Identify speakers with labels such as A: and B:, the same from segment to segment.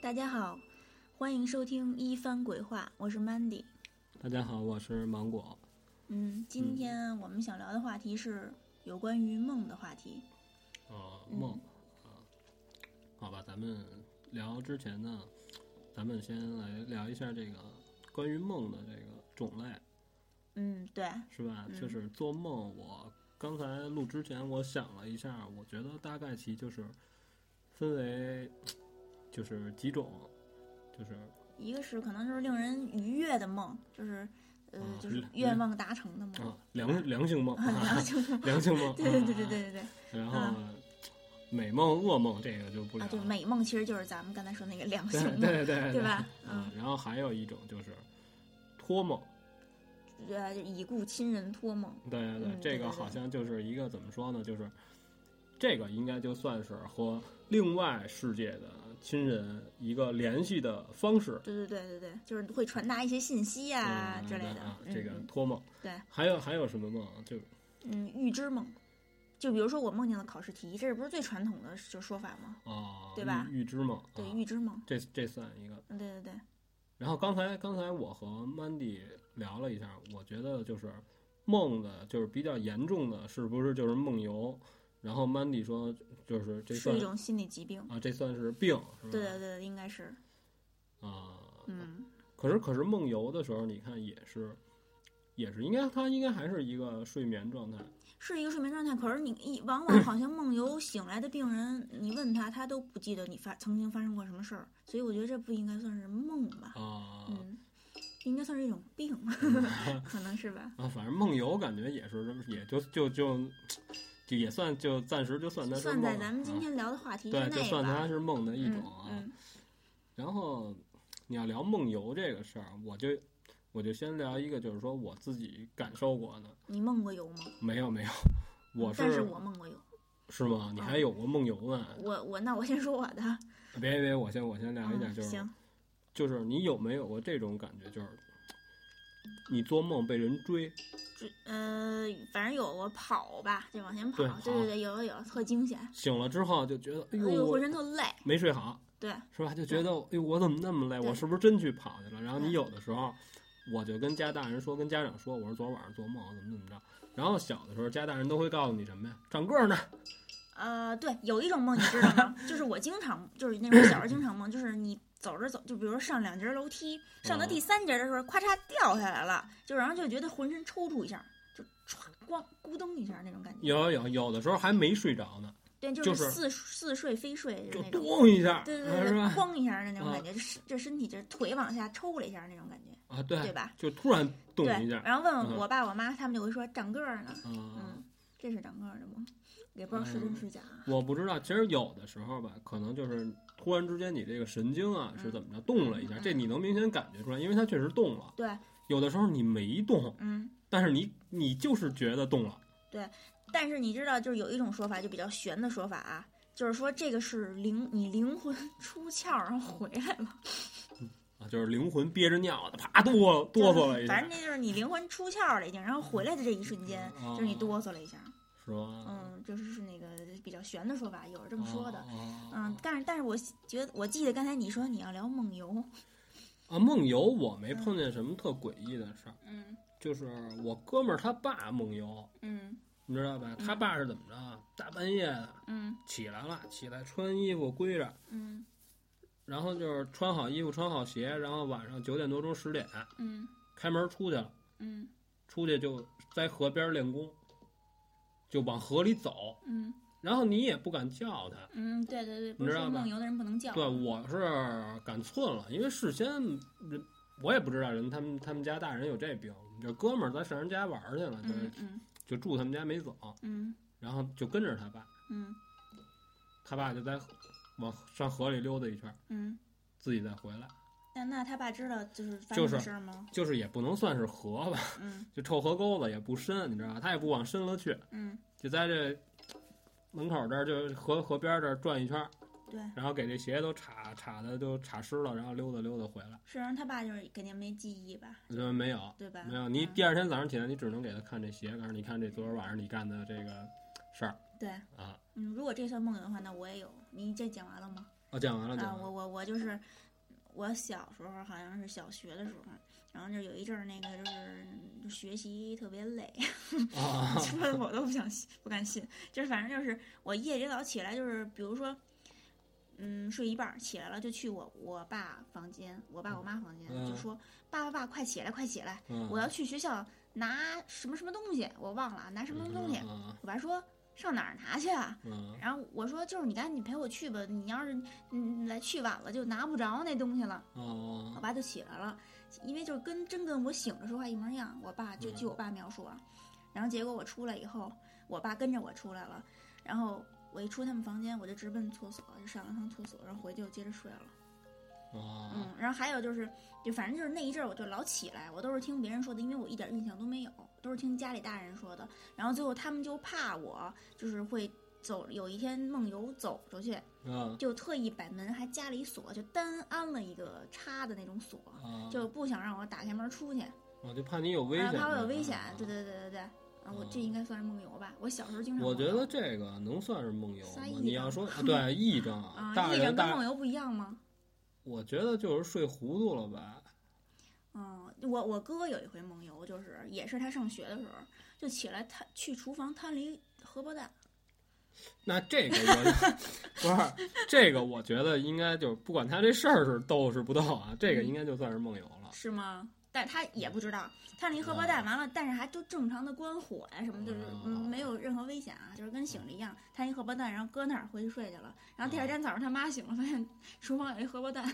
A: 大家好，欢迎收听《一番鬼话》，我是 Mandy。
B: 大家好，我是芒果。
A: 嗯，今天我们想聊的话题是有关于梦的话题。
B: 啊、
A: 嗯
B: 梦啊、好吧，咱们聊之前呢，咱们先来聊一下这个关于梦的这个种类，
A: 嗯，对，
B: 是吧？就是做梦，我刚才录之前我想了一下，我觉得大概其就是分为就是几种，就是
A: 一个是可能就是令人愉悦的梦，就是呃，
B: 啊
A: 就是
B: 嗯
A: 愿望达成的梦。
B: 啊良良 性梦，啊、
A: 良性梦
B: 良性梦，
A: 嗯对对
B: 啊
A: 对对。对对对
B: 然后、
A: 啊
B: 美梦、噩梦这个 就不聊
A: 啊！
B: 了。
A: 对，美梦其实就是咱们刚才说那个良性
B: 对
A: 梦，
B: 对对，
A: 对吧？
B: 嗯，然后还有一种就是托梦，
A: 呃，已故亲人托梦。
B: 对对对，
A: 嗯对
B: 这
A: 对
B: 个
A: 对
B: 好像就是一个怎么说呢，就是这个应该就算是和另外世界的亲人一个联系的方式
A: 对对对对对，就是会传达一些信息呀
B: 嗯
A: 之类的
B: 啊。
A: 嗯
B: 这个
A: 嗯
B: 托梦，
A: 对，
B: 还有还有什么梦啊？就
A: 嗯，预知梦，就比如说我梦见了考试题，这不是最传统的就说法吗？
B: 啊，
A: 对吧
B: 预预知梦，
A: 对，
B: 啊
A: 预知梦，
B: 这这算一个。
A: 嗯，对对对，
B: 然后刚才刚才我和 Mandy 聊了一下，我觉得就是梦的，就是比较严重的，是不是就是梦游？然后 Mandy 说，就是这
A: 是
B: 算
A: 一种心理疾病。
B: 啊，这算是病，是吧？
A: 对对对，应该是，
B: 啊，
A: 嗯，
B: 可是可是梦游的时候，你看也是，也是应该它应该还是一个睡眠状态，
A: 是一个睡眠状态。可是你一往往好像梦游醒来的病人，你问他，他都不记得你发曾经发生过什么事儿，所以我觉得这不应该算是梦吧？
B: 啊、嗯
A: 嗯，应该算是一种病， 可能是吧？
B: 啊，反正梦游感觉也是，也就就就就也算就暂时就算它是
A: 算
B: 梦，
A: 在咱们今
B: 啊、
A: 天聊的话题之
B: 对，就
A: 内
B: 算它
A: 吧。
B: 是梦的一种
A: 嗯
B: 啊。
A: 嗯
B: 然后你要聊梦游这个事儿，我就我就先聊一个，就是说我自己感受过的，
A: 你梦过游吗？
B: 没有没有，我
A: 但
B: 是
A: 是我嗯梦过游。
B: 是吗？你还有过梦游呢？
A: 我我那我先说我的，
B: 别别，我先我先聊一下，
A: 嗯
B: 就是、
A: 行，
B: 就是你有没有过这种感觉，就是你做梦被人追，
A: 就呃，反正有我跑吧，就往前跑，对
B: 对
A: 对对，有有有，特惊险，
B: 醒了之后就觉得哎
A: 哎呦，
B: 呦
A: 浑身特累，
B: 没睡好，
A: 对，
B: 是吧？就觉得哎呦我怎么那么累，
A: 对
B: 我是不是真去跑去了？然后
A: 对
B: 你有的时候，我就跟家大人说，跟家长说，我说昨晚上做梦我怎么怎么着。然后小的时候，家大人都会告诉你什么呀？长个儿呢。
A: 呃，对，有一种梦你知道吗？ 就是我经常就是那种小时候经常梦，就是你走着走，就比如说上两节楼梯，上
B: 啊
A: 到第三节的时候，咔嚓掉下来了，就然后就觉得浑身抽搐一下，就歘咣咕噔一下那种感觉，
B: 有有有的时候还没睡着呢，
A: 对，就
B: 就是
A: 似似睡非睡就
B: 就是
A: 那种。
B: 咚一下，
A: 对对对
B: 是
A: 对，
B: 吧？
A: 咣一下的那种感觉，这身这身体这腿往下抽了一下那种感觉，
B: 啊，对，
A: 对吧？
B: 就突然动
A: 对，
B: 一下，
A: 然后问
B: 嗯
A: 我爸我妈，他们就会说长个儿呢。
B: 啊
A: 嗯，，这是长个儿的梦，也不知道
B: 嗯
A: 是真是假。啊
B: 我不知道，其实有的时候吧，可能就是突然之间你这个神经啊是怎么着动了一下，
A: 嗯
B: 这你能明显感觉出来，因为它确实动了。
A: 对，
B: 有的时候你没动，
A: 嗯，
B: 但是你你就是觉得动了。
A: 但是你知道，就是有一种说法，就比较玄的说法啊，就是说这个是灵，你灵魂出窍然后回来了，
B: 啊，就是灵魂憋着尿的，啪哆哆嗦了一
A: 反
B: 下
A: 正，那就是你灵魂出窍了已经，然后回来的这一瞬间，
B: 嗯
A: 就是你哆嗦了一下。
B: 是吧？
A: 嗯，就是是那个比较玄的说法，有人这么说的。
B: 啊
A: 嗯，但是但是我觉得，我记得刚才你说你要聊梦游，
B: 啊，梦游我没碰见什么特诡异的事儿，
A: 嗯
B: 就是我哥们儿他爸梦游，
A: 嗯
B: 你知道吧？他爸是怎么着啊？大半夜的
A: 嗯
B: 起来了，起来穿衣服归着，
A: 嗯
B: 然后就是穿好衣服穿好鞋，然后晚上九点多钟十点
A: 嗯
B: 开门出去了，
A: 嗯
B: 出去就在河边练功，就往河里走，
A: 嗯
B: 然后你也不敢叫他。
A: 嗯，对对对，
B: 不是说梦
A: 游的人不能叫
B: 对，我是赶寸了，因为事先人我也不知道人他们他们家大人有这病，就哥们儿咱上人家玩儿去了，就、
A: 嗯嗯
B: 就住他们家没走，
A: 嗯
B: 然后就跟着他爸，
A: 嗯
B: 他爸就在河往上河里溜达一圈儿，
A: 嗯，
B: 自己再回来，
A: 那那他爸知道就是发生
B: 就是
A: 的事儿吗？
B: 就是也不能算是河吧，
A: 嗯
B: 就臭河沟子也不深，你知道吧？他也不往深了去，
A: 嗯，
B: 就在这门口这儿就河河边儿这儿转一圈儿，
A: 对，
B: 然后给这鞋都插插的都插湿了，然后溜达溜达回来，
A: 是让他爸就是肯定没记忆吧，
B: 你说没有？
A: 对吧？
B: 没有，你
A: 嗯
B: 第二天早上起来，你只能给他看这鞋，告诉你看这昨儿晚上你干的这个事儿
A: 对，
B: 啊。
A: 嗯，如果这算梦游的话，那我也有。你这讲完了吗？
B: 啊，讲完了，讲
A: 啊，
B: 完了
A: 我我我就是我小时候好像是小学的时候，然后就有一阵儿那个就是就学习特别累，
B: 啊，
A: 说的我都不想信，不敢信。就是反正就是我一夜里早起来，就是比如说，嗯，睡一半儿起来了，就去我我爸房间，我爸我妈房间，就
B: 嗯
A: 说爸爸爸快起来快起来，
B: 嗯
A: 我要去学校拿什么什么东西，我忘了啊拿什么东西。
B: 嗯
A: 我爸说上哪儿拿去啊？
B: 嗯
A: 然后我说就是你赶紧陪我去吧，你要是嗯来去晚了就拿不着那东西了。我
B: 哦
A: 爸就起来了，因为就是跟真跟我醒着说话一模一样。我爸就
B: 嗯
A: 据我爸描述啊，然后结果我出来以后，我爸跟着我出来了，然后我一出他们房间，我就直奔厕所，就上了趟厕所，然后回去就接着睡了。
B: 哦
A: 嗯，然后还有就是，就反正就是那一阵儿，我就老起来，我都是听别人说的，因为我一点印象都没有，都是听家里大人说的。然后最后他们就怕我，就是会走，有一天梦游走出去，
B: 嗯
A: 就特意把门还加了一锁，就单安了一个插的那种锁，
B: 啊，
A: 就不想让我打开门出去，
B: 我嗯就怕你有危
A: 啊
B: 险，
A: 怕我有危
B: 嗯
A: 险。对。
B: 嗯
A: 对对对对，啊，我这
B: 嗯
A: 应该算是梦游吧？我小时候经常
B: 我
A: 梦
B: 觉
A: 游
B: 得这个能算是梦游
A: 算
B: 吗？
A: 癔
B: 你要
A: 症
B: 说啊对癔症，
A: 啊，
B: 大
A: 癔症
B: 人
A: 跟
B: 大
A: 梦游不一样吗？
B: 我觉得就是睡糊涂了吧。
A: 嗯，我我哥有一回梦游，就是也是他上学的时候，就起来他去厨房摊了一荷包蛋，
B: 那这个我不是这个，我觉得应该就是不管他这事儿是逗是不逗啊，
A: 嗯
B: 这个应该就算是梦游了。
A: 是吗？但他也不知道摊了一荷包蛋，完了，但是还都正常的关火呀、什么，就是
B: 哦
A: 嗯没有任何危险啊，就是跟醒着一样，摊一荷包蛋，然后搁那儿回去睡去了。然后第二天早上他妈醒了，发现厨房有一荷包蛋，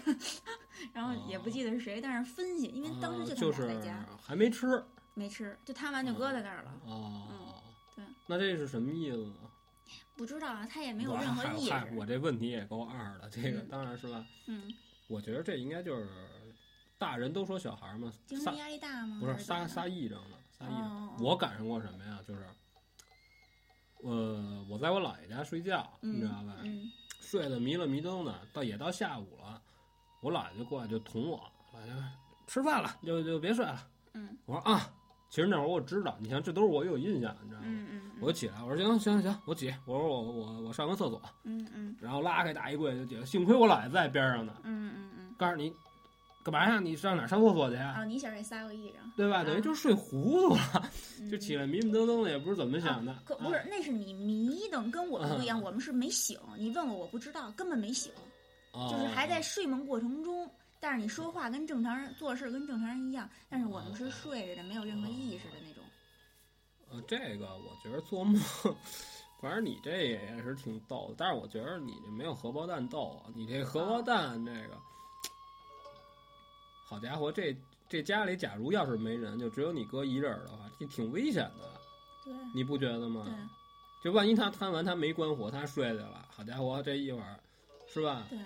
A: 然后也不记得是谁，但是分析，因为当时就
B: 啊就
A: 他
B: 是
A: 俩在家、嗯
B: 还没吃
A: 没吃，就摊完就搁在那儿了。
B: 哦。
A: 对，
B: 那这是什么意思呢？
A: 不知道啊，他也没有
B: 我
A: 任何
B: 嗨
A: 意
B: 嗨
A: 识。
B: 我这问题也够二的，这个
A: 嗯
B: 当然是吧。
A: 嗯，
B: 我觉得这应该就是大人都说小孩儿嘛，
A: 精
B: 撒
A: 神压力大吗？
B: 不是
A: 还
B: 撒
A: 怎么
B: 撒癔症了，撒癔症。
A: 哦哦哦
B: 我赶上过什么呀？就是，呃，我在我姥爷家睡觉，你知道吧？
A: 嗯
B: 睡得迷了迷瞪的，到也到下午了，我姥爷就过来就捅我，姥爷就说吃饭了，就就别睡了。
A: 嗯
B: 我说啊，其实那会儿我知道，你看这都是我有印象，你知道吗？
A: 嗯嗯，
B: 我起来，我说行行行，我起，我说我我我上个厕所，
A: 嗯嗯
B: 然后拉开大衣柜就起，幸亏我姥爷在边上呢，
A: 嗯嗯嗯
B: 告诉你干嘛呀？你上哪儿上厕所
A: 嗯，
B: 去呀？
A: 哦，你小时候也撒过癔症，
B: 对吧？
A: 啊
B: 等于就睡糊涂了，
A: 嗯
B: 就起来迷迷瞪瞪的，也不知怎么想的。
A: 可
B: 啊
A: 不是，那是你迷瞪，跟我不一样，我们是没醒。你问我，我不知道，根本没醒，
B: 哦啊
A: 就是还在睡梦过程中。但是你说话跟正常人做事跟正常人一样，但是我们是睡着的，没有任何意识的那种。
B: 呃，这个我觉得做梦， 反正你这也是挺逗的，但是我觉得你这没有荷包蛋逗啊，你这荷包蛋这个，好家伙，这这家里假如要是没人，就只有你哥一人儿的话，这挺危险的，
A: 对
B: 你不觉得吗？
A: 对
B: 就万一他摊完他没关火，他睡去了，好家伙，这一会儿是吧？
A: 对，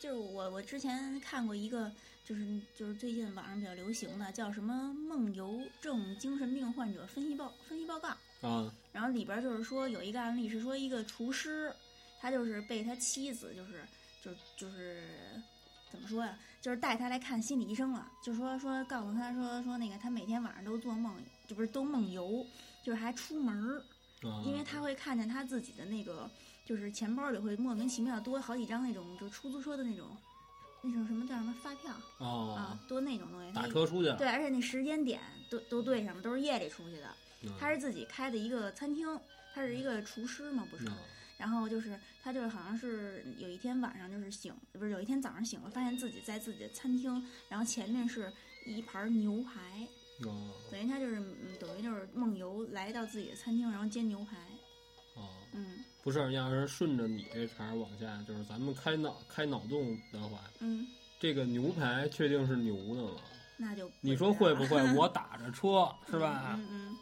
A: 就是我我之前看过一个，就是就是最近网上比较流行的叫什么梦游症精神病患者分析报分析报告。
B: 啊，
A: 然后里边儿就是说有一个案例是说一个厨师，他就是被他妻子就是就就是怎么说呀，就是带他来看心理医生了，就说说告诉他说说那个他每天晚上都做梦，这不是都梦游，就是还出门儿，
B: 啊
A: 因为他会看见他自己的那个就是钱包里会莫名其妙多好几张那种就出租车的那种那种什么叫什么发票
B: 哦、
A: 啊，多那种东西，他
B: 打
A: 一
B: 车出去了，
A: 对，而且那时间点都都对上了，都是夜里出去的。
B: 嗯
A: 他是自己开的一个餐厅，他是一个厨师嘛，不是？
B: 啊
A: 然后就是他就是好像是有一天晚上就是醒，不是有一天早上醒了，发现自己在自己的餐厅，然后前面是一盘牛排，
B: 哦
A: 等于他就是嗯等于就是梦游来到自己的餐厅，然后煎牛排，
B: 哦。
A: 嗯
B: 不是，要是顺着你这茬儿往下，就是咱们开脑开脑洞的话，
A: 嗯，
B: 这个牛排确定是牛的吗？
A: 那就
B: 你说
A: 知道
B: 会
A: 了
B: 不会？我打着车是吧？
A: 啊嗯嗯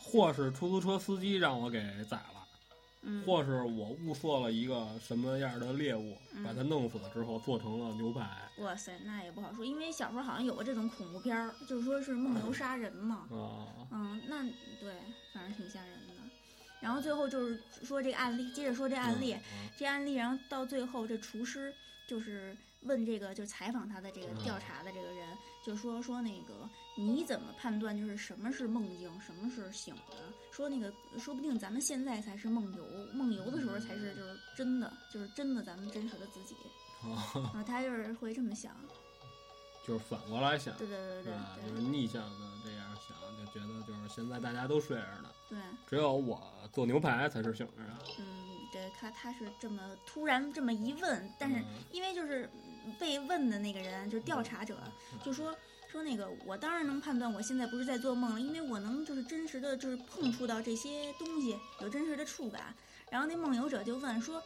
B: 或是出租车司机让我给宰了，
A: 嗯，
B: 或是我物色了一个什么样的猎物，
A: 嗯
B: 把它弄死了之后做成了牛排
A: 哇塞，那也不好说，因为小时候好像有过这种恐怖片儿，
B: 嗯
A: 就是说是梦游杀人嘛，
B: 啊
A: 嗯，那对，反正挺吓人的。然后最后就是说这个案例，接着说这
B: 嗯
A: 案例，这案例，然后到最后这厨师就是问这个，就是采访他的这个
B: 嗯
A: 调查的这个人，就说说那个你怎么判断就是什么是梦境，什么是醒的？说那个说不定咱们现在才是梦游，梦游的时候才是就是真的，就是真的咱们真实的自己。
B: 嗯啊，
A: 然后他就是会这么想，
B: 就是反过来想，
A: 对对对
B: 是
A: 对
B: 吧？就
A: 对
B: 是逆向的这样想，就觉得就是现在大家都睡着呢，
A: 对，
B: 只有我做牛排才是醒着啊的。
A: 嗯，对他他是这么突然这么一问，但是
B: 嗯
A: 因为就是嗯被问的那个人，就是调查者，
B: 嗯
A: 就说说那个，我当然能判断我现在不是在做梦了，因为我能就是真实的就是碰触到这些东西，有真实的触感。然后那梦游者就问说，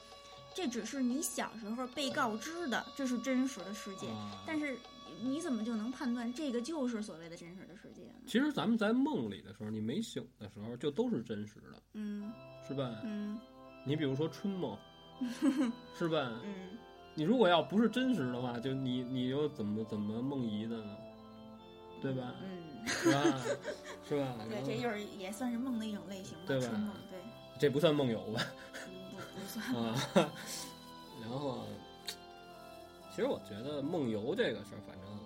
A: 这只是你小时候被告知的，这是真实的世界，
B: 啊
A: 但是你怎么就能判断这个就是所谓的真实的世界呢？
B: 其实咱们在梦里的时候，你没醒的时候，就都是真实的，
A: 嗯
B: 是吧？
A: 嗯
B: 你比如说春 梦，是吧？
A: 嗯，
B: 你如果要不是真实的话，就你你又怎么怎么梦遗的呢？对 吧？
A: 嗯，
B: 是吧？是吧？然
A: 对，
B: 后
A: 这就是也算是梦的一种类型吧，
B: 嗯对吧
A: 春梦，对，
B: 这不算梦游吧？
A: 不不不算，
B: 啊，然后，其实我觉得梦游这个事儿，反正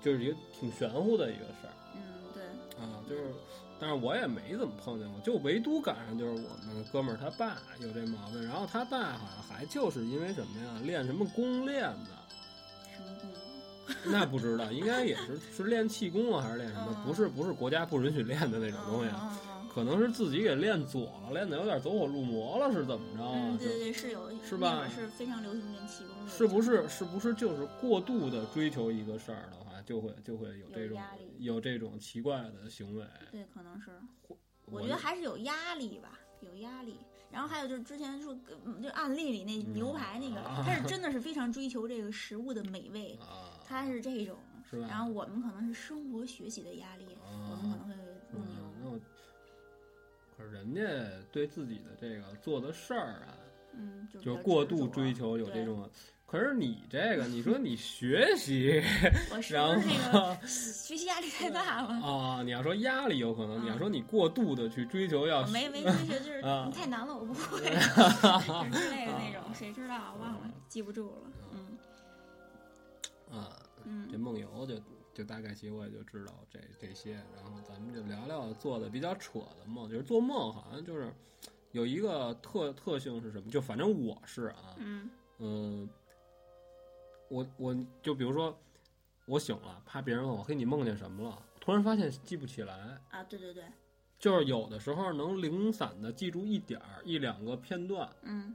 B: 就是一个挺玄乎的一个事儿
A: 嗯对，
B: 啊，就是，但是我也没怎么碰见过，就唯独赶上就是我们哥们儿他爸有这毛病，然后他爸好像还就是因为什么呀，练什么弓练的，
A: 什么梦？
B: 那不知道，应该也是是练气功啊，还是练什么？不是不是国家不允许练的那种东西
A: 嗯
B: 啊。
A: 嗯嗯
B: 可能是自己给练左了，练的有点走火入魔了，是怎么着啊？
A: 嗯，
B: 就
A: 对对对，是有，
B: 是
A: 那
B: 吧
A: 会儿是非常流行练气功的，
B: 是不是是不是就是过度的追求一个事儿的话，就会就会有这
A: 有
B: 种
A: 压力
B: 有这种奇怪的行为？
A: 对，可能是，
B: 我
A: 我觉得还是有压力吧，有压力。然后还有就是之前说，嗯就案例里那
B: 嗯
A: 牛排那个，
B: 啊
A: 他是 真的是非常追求这个食物的美味，
B: 啊，
A: 他是这种。
B: 是吧？
A: 然后我们可能是生活学习的压力，我们可
B: 啊，
A: 能会
B: 嗯
A: 入牛。
B: 那我可是人家对自己的这个做的事儿啊，
A: 嗯，就
B: 就
A: 比
B: 是
A: 较
B: 过
A: 执着
B: 度追求有这。种。可是你这个，你说你学习，
A: 对我是不
B: 然
A: 是这个
B: 后
A: 学习压力太大了？
B: 啊，你要说压力有可能，你要说你过度的去追求要
A: 我没没追求，就是
B: 啊
A: 你太难了，我不 会就是之类的那种，谁知道啊忘了，记不住了。嗯
B: 啊，
A: 嗯
B: 这。梦游就就大概其我也就知道这这些，然后咱们就聊聊做的比较扯的梦，就是做梦好像就是有一个特特性是什么？就反正我是啊，
A: 嗯
B: 嗯，我我就比如说我醒了，怕别人问我嘿你梦见什么了，突然发现记不起来，
A: 啊，对对对，
B: 就是有的时候能零散的记住一点儿一两个片段，
A: 嗯，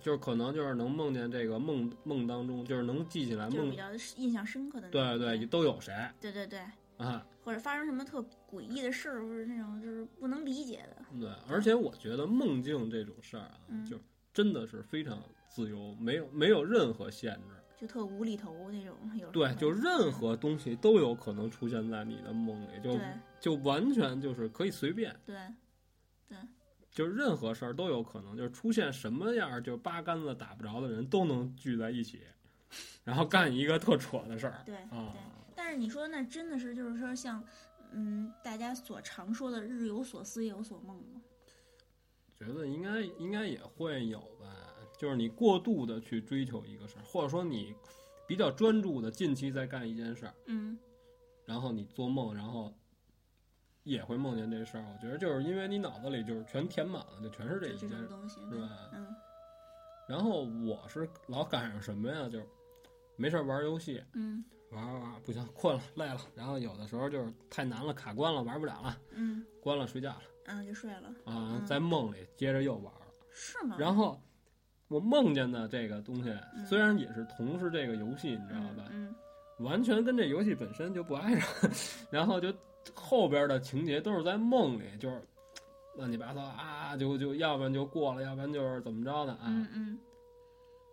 B: 就是可能就是能梦见这个梦梦当中，就是能记起来
A: 就是
B: 梦
A: 比，较印象深刻的那
B: 对
A: 种。
B: 对，都有谁啊？
A: 对对对，或者发生什么特诡异的事儿，或者那种就是不能理解的。
B: 对，而且我觉得梦境这种事儿啊，
A: 嗯
B: 就真的是非常自由，没有没有任何限制。
A: 就特无厘头那种，有时候
B: 对，就任何嗯东西都有可能出现在你的梦里，就
A: 对
B: 就完全就是可以随便，
A: 对，
B: 就任何事儿都有可能，就是出现什么样儿就八竿子打不着的人都能聚在一起，然后干一个特扯的事儿
A: 对
B: 啊。
A: 但是你说那真的是就是说像，嗯，大家所常说的“日有所思，夜有所梦”吗？
B: 觉得应该应该也会有吧，就是你过度的去追求一个事儿，或者说你比较专注的近期在干一件事儿。
A: 嗯
B: 然后你做梦，然后也会梦见这事儿。我觉得就是因为你脑子里就是全填满了，就全是这
A: 就
B: 一
A: 这
B: 件
A: 种
B: 事。
A: 东西，
B: 是吧
A: 嗯
B: 然后我是老赶上什么呀？就是没事儿玩游戏，
A: 嗯
B: 玩玩玩，不行， 困了，累了。然后有的时候就是太难了，卡关了，玩不了了，
A: 嗯
B: 关了睡觉了
A: 嗯，就睡了，
B: 啊、
A: 嗯
B: 在梦里接着又玩了。
A: 是吗？
B: 然后我梦见的这个东西，
A: 嗯
B: 虽然也是同是这个游戏，你知道吧？
A: 嗯
B: 完全跟这游戏本身就不挨着， 然后就后边的情节都是在梦里，就是乱七八糟啊，就就要不然就过了，要不然就是怎么着的啊，
A: 嗯嗯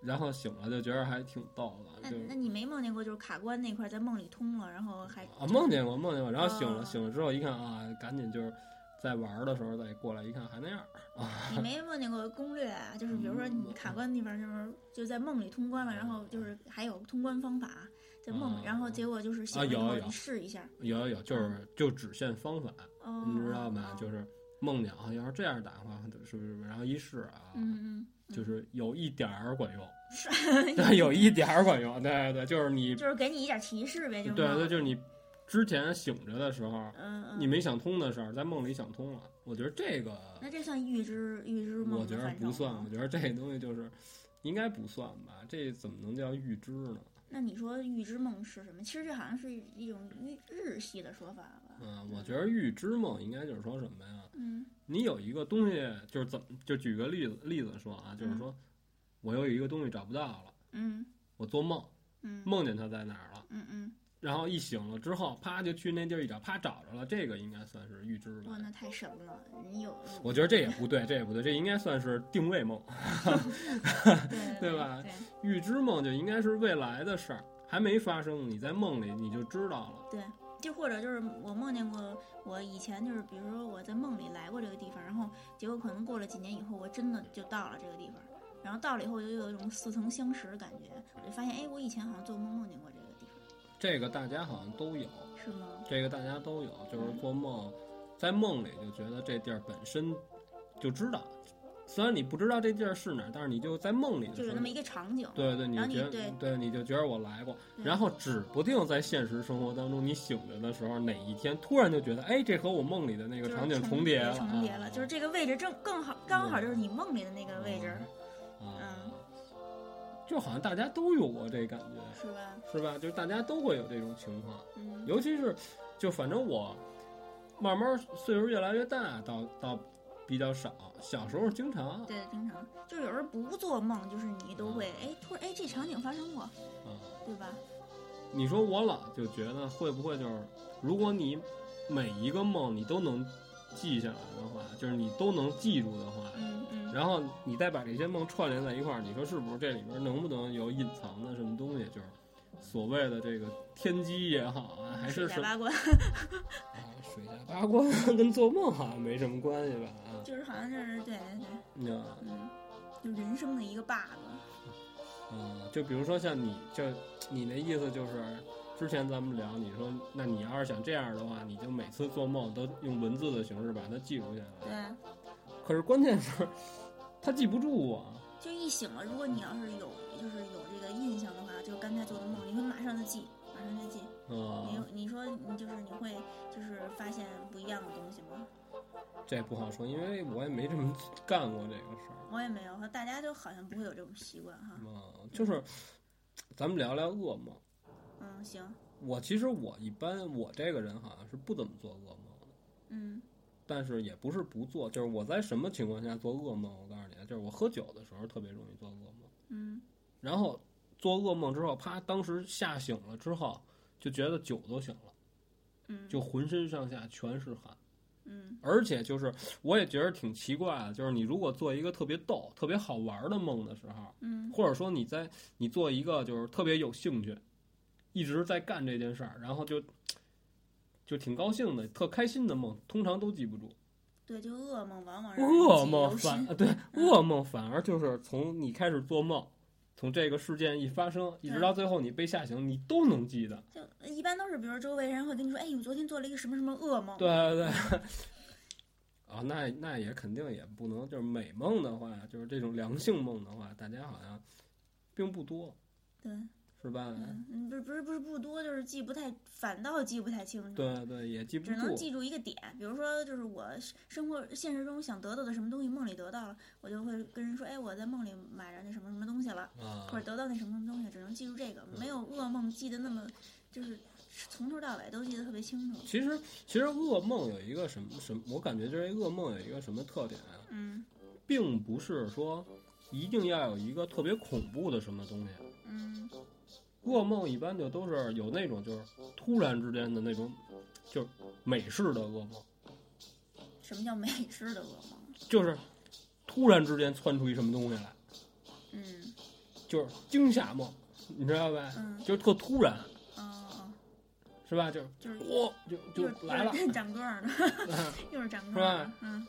B: 然后醒了就觉得还挺逗
A: 嗯，
B: 的，
A: 那
B: 就
A: 那
B: 是
A: 你没梦见过就是卡关那块儿在梦里通了，然后还
B: 啊梦见过梦见过，然后醒了、
A: 哦
B: 醒了之后一看啊，赶紧就是在玩的时候再过来一看还那样儿，
A: 你没问那个攻略啊？就是比如说你卡关的地方，就是就在梦里通关了，然后就是还有通关方法在梦
B: 啊
A: 里，然后结果就是醒了以
B: 有
A: 后
B: 有
A: 你试一下，
B: 有有有，就是就只限方法，
A: 嗯哦，
B: 你知道吗？就是梦见啊，要是这样打的话，是不是？然后一试啊，
A: 嗯嗯嗯，
B: 就是有一点儿管用， 对，有一点儿管用，对对对，就是你，
A: 就是给你一点提示呗，
B: 对
A: 就是
B: 对，就是你之前醒着的时候，
A: 嗯嗯，
B: 你没想通的事儿，在梦里想通了。我觉得这个，
A: 那这算预知预知梦
B: 我
A: 的
B: 觉得
A: 范畴
B: 不算，
A: 吗
B: 我觉得这东西就是应该不算吧，这怎么能叫预知呢？
A: 那你说预知梦是什么？其实这好像是一种日日系的说法吧。
B: 嗯，我觉得预知梦应该就是说什么呀？
A: 嗯
B: 你有一个东西，就是怎么，就举个例子例子说啊，就是说我有一个东西找不到了，
A: 嗯
B: 我做梦
A: 嗯
B: 梦见它在哪儿了，
A: 嗯嗯，
B: 然后一醒了之后，啪就去那地儿一找，啪找着了，这个应该算是预知吧
A: 哇，。哦那太神了！你有
B: 我觉得这也不对，这也不对，这应该算是定位梦。
A: 对
B: 对
A: 对
B: 吧
A: 对
B: 预知梦就应该是未来的事儿，还没发生，你在梦里你就知道了。
A: 对，就或者就是我梦见过，我以前就是比如说我在梦里来过这个地方，然后结果可能过了几年以后，我真的就到了这个地方，然后到了以后我就有一种似曾相识的感觉，我就发现哎，我以前好像做梦梦见过这个地方，
B: 这个大家好像都有，
A: 是吗？
B: 这个大家都有，就是做梦，在梦里就觉得这地儿本身就知道，虽然你不知道这地儿是哪儿，但是你就在梦里的
A: 就有
B: 时候
A: 那么，一个场景。
B: 对对，你
A: 然
B: 就
A: 后
B: 觉得
A: 你对
B: 你就觉得我来过，
A: 对
B: 然后指不定在现实生活当中，你醒着的时候哪一天突然就觉得，哎，这和我梦里的那个
A: 就是
B: 场景
A: 重
B: 叠
A: 了，
B: 了，啊
A: 重叠了，就是这个位置正更好，刚好就是你梦里的那个位置，嗯
B: 啊，就好像大家都有过这感觉，
A: 是吧？
B: 是吧？就是大家都会有这种情况。
A: 嗯
B: 尤其是，就反正我慢慢岁数越来越大，倒倒比较少。小时候经常，啊
A: 对，经常就是有时候不做梦，就是你
B: 嗯
A: 都会哎，突然哎，这场景发生过，
B: 啊，
A: 对吧？
B: 你说我老就觉得会不会就是，如果你每一个梦你都能记下来的话，就是你都能记住的话，
A: 嗯嗯，
B: 然后你再把这些梦串联在一块儿，你说是不是这里边能不能有隐藏的什么东西？就是所谓的这个天机也好啊，还是
A: 水下
B: 什么
A: 八卦，
B: 啊水下八卦 跟做梦好像没什么关系吧？啊，
A: 就是好像是对对对，
B: 那。
A: 嗯，就人生的一个 bug，
B: 嗯，就比如说像你，就你那意思就是，之前咱们聊，你说那你要是想这样的话，你就每次做梦都用文字的形式把它记录下来。
A: 对。
B: 可是关键是，他记不住啊。
A: 就一醒了，如果你要是有就是有这个印象的话，就刚才做的梦，你会马上就记，马上就记。你有
B: 嗯，
A: 你说你就是你会就是发现不一样的东西吗？
B: 这不好说，因为我也没这么干过这个事儿。
A: 我也没有，和大家就好像不会有这种习惯哈。
B: 嗯，就是，咱们聊聊噩梦。
A: 嗯，行，
B: 我其实我一般我这个人好像是不怎么做噩梦的，
A: 嗯
B: 但是也不是不做，就是我在什么情况下做噩梦？我告诉你啊，就是我喝酒的时候特别容易做噩梦。
A: 嗯
B: 然后做噩梦之后，啪，当时吓醒了之后，就觉得酒都醒了，
A: 嗯，
B: 就浑身上下全是汗。
A: 嗯
B: 而且就是，我也觉得挺奇怪的，就是你如果做一个特别逗、特别好玩的梦的时候，
A: 嗯
B: 或者说你在你做一个就是特别有兴趣，一直在干这件事儿，然后就就挺高兴的、特开心的梦，通常都记不住。
A: 对，就噩梦往往让人
B: 噩
A: 记
B: 梦
A: 犹
B: 反
A: 新
B: 对噩梦反而就是从你开始做梦，从这个事件一发生，一直到最后你被吓醒，你都能记得。
A: 就呃一般都是，比如周围人会跟你说，哎，我昨天做了一个什么什么噩梦。
B: 对对对。 啊、那那也肯定也不能，就是美梦的话，就是这种良性梦的话，大家好像并不多，
A: 对，
B: 是吧？
A: 嗯，嗯不是不是不是不多，就是记不太，反倒记不太清楚。
B: 对对，也记不
A: 只能
B: 住。
A: 记住一个点，比如说，就是我生生活现实中想得到的什么东西，梦里得到了，我就会跟人说，哎，我在梦里买着那什么什么东西了，
B: 啊
A: 或者得到那什么什么东西，只能记住这个，没有噩梦记得那么，就是从头到尾都记得特别清楚。
B: 其实其实噩梦有一个什么什么，我感觉就是噩梦有一个什么特点啊，
A: 嗯
B: 并不是说一定要有一个特别恐怖的什么东西，
A: 嗯
B: 噩梦一般就都是有那种就是突然之间的那种，就是美式的噩梦，
A: 什么叫美式的噩梦？
B: 就是突然之间窜出一什么东西来，
A: 嗯
B: 就是惊吓梦，你知道吧？
A: 嗯
B: 就是特突然，
A: 哦哦，
B: 是吧？就是
A: 就是
B: 哇，就
A: 就
B: 就是来了，
A: 就是长个儿呢， 又是长个儿呢，嗯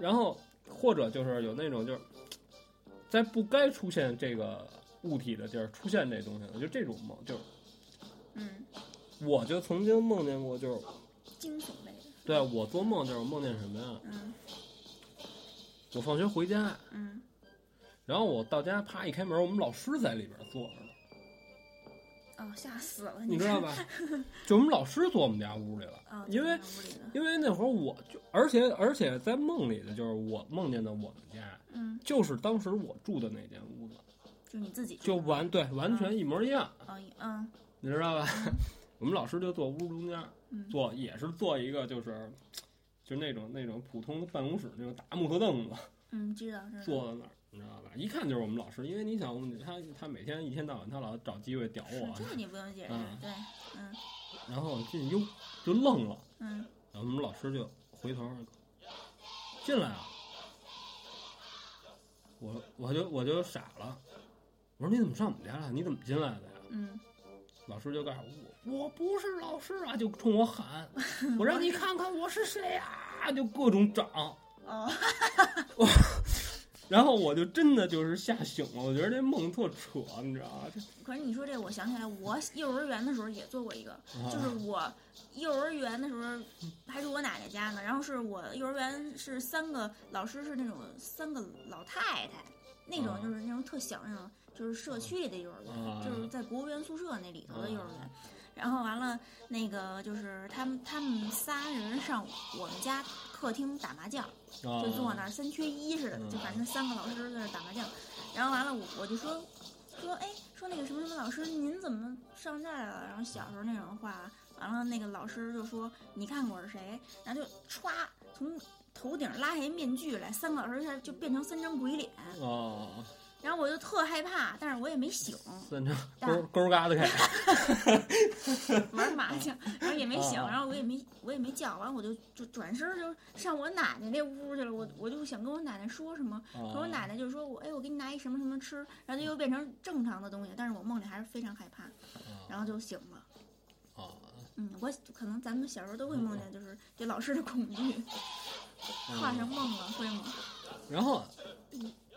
B: 然后或者就是有那种就是在不该出现这个物体的地儿出现这东西了，就这种梦，就是
A: 嗯，
B: 我就曾经梦见过，就是
A: 惊悚类的，
B: 对啊我做梦就是梦见什么呀？
A: 嗯
B: 我放学回家，
A: 嗯
B: 然后我到家，啪一开门，我们老师在里边坐着呢，
A: 哦，吓死了，
B: 你知
A: 这
B: 道吧？就我们老师坐我们家屋里了，
A: 哦，
B: 因为
A: 这个屋里的
B: 因为那会儿我就，而且而且在梦里的就是我梦见的我们家，
A: 嗯，
B: 就是当时我住的那间屋子，
A: 就你自己
B: 就完对完全一模一样，
A: 哦，嗯
B: 你知道吧？ 我们老师就坐屋中间，
A: 嗯
B: 坐也是坐一个就是。就那种那种普通的办公室那种大木头凳子，
A: 嗯，知道知道，
B: 坐在那儿，你知道吧？一看就是我们老师，因为你想，我们他他每天一天到晚他老找机会屌
A: 是
B: 我，
A: 这个你不用解释，
B: 嗯
A: 对，嗯
B: 然后我进哟就愣了，
A: 嗯
B: 然后我们老师就回头进来啊，我我就我就傻了，我说你怎么上我们家了？你怎么进来的呀？
A: 嗯，
B: 老师就告诉我，我不是老师啊，就冲我喊，我让你看看我是谁啊，就各种掌。
A: 哦，
B: 然后我就真的就是吓醒了，我觉得这梦特扯，你知道吗？
A: 可是你说这，我想起来，我幼儿园的时候也做过一个，
B: 啊
A: 就是我幼儿园的时候还住我奶奶家呢，然后是我幼儿园是三个老师是那种三个老太太，那种
B: 啊
A: 就是那种特小那种，就是社区里的幼儿园，
B: 啊
A: 就是在国务院宿舍那里头的幼儿园。
B: 啊
A: 然后完了，那个就是他们他们仨人上我们家客厅打麻将，
B: 啊
A: 就坐那儿三缺一似的，就反正三个老师在那儿打麻将。然后完了，我我就说说哎，说那个什么什么老师，您怎么上这儿来了？然后小时候那种话啊，完了那个老师就说你看我是谁，然后就歘从头顶拉下一面具来，三个老师一下就变成三张鬼脸，
B: 啊，
A: 然后我就特害怕，但是我也没醒，
B: 三张勾勾嘎的开始
A: 玩麻将，然后也没醒，
B: 啊啊
A: 然后我也没我也没叫，完我就就转身就上我奶奶那屋去了，我我就想跟我奶奶说什么。
B: 啊，
A: 可我奶奶就说我哎，我给你拿一什么什么吃，然后就又变成正常的东西，但是我梦里还是非常害怕，然后就醒了。
B: 啊
A: 嗯，我可能咱们小时候都会梦见，就是对老师的恐惧，化成梦了，会吗？
B: 然后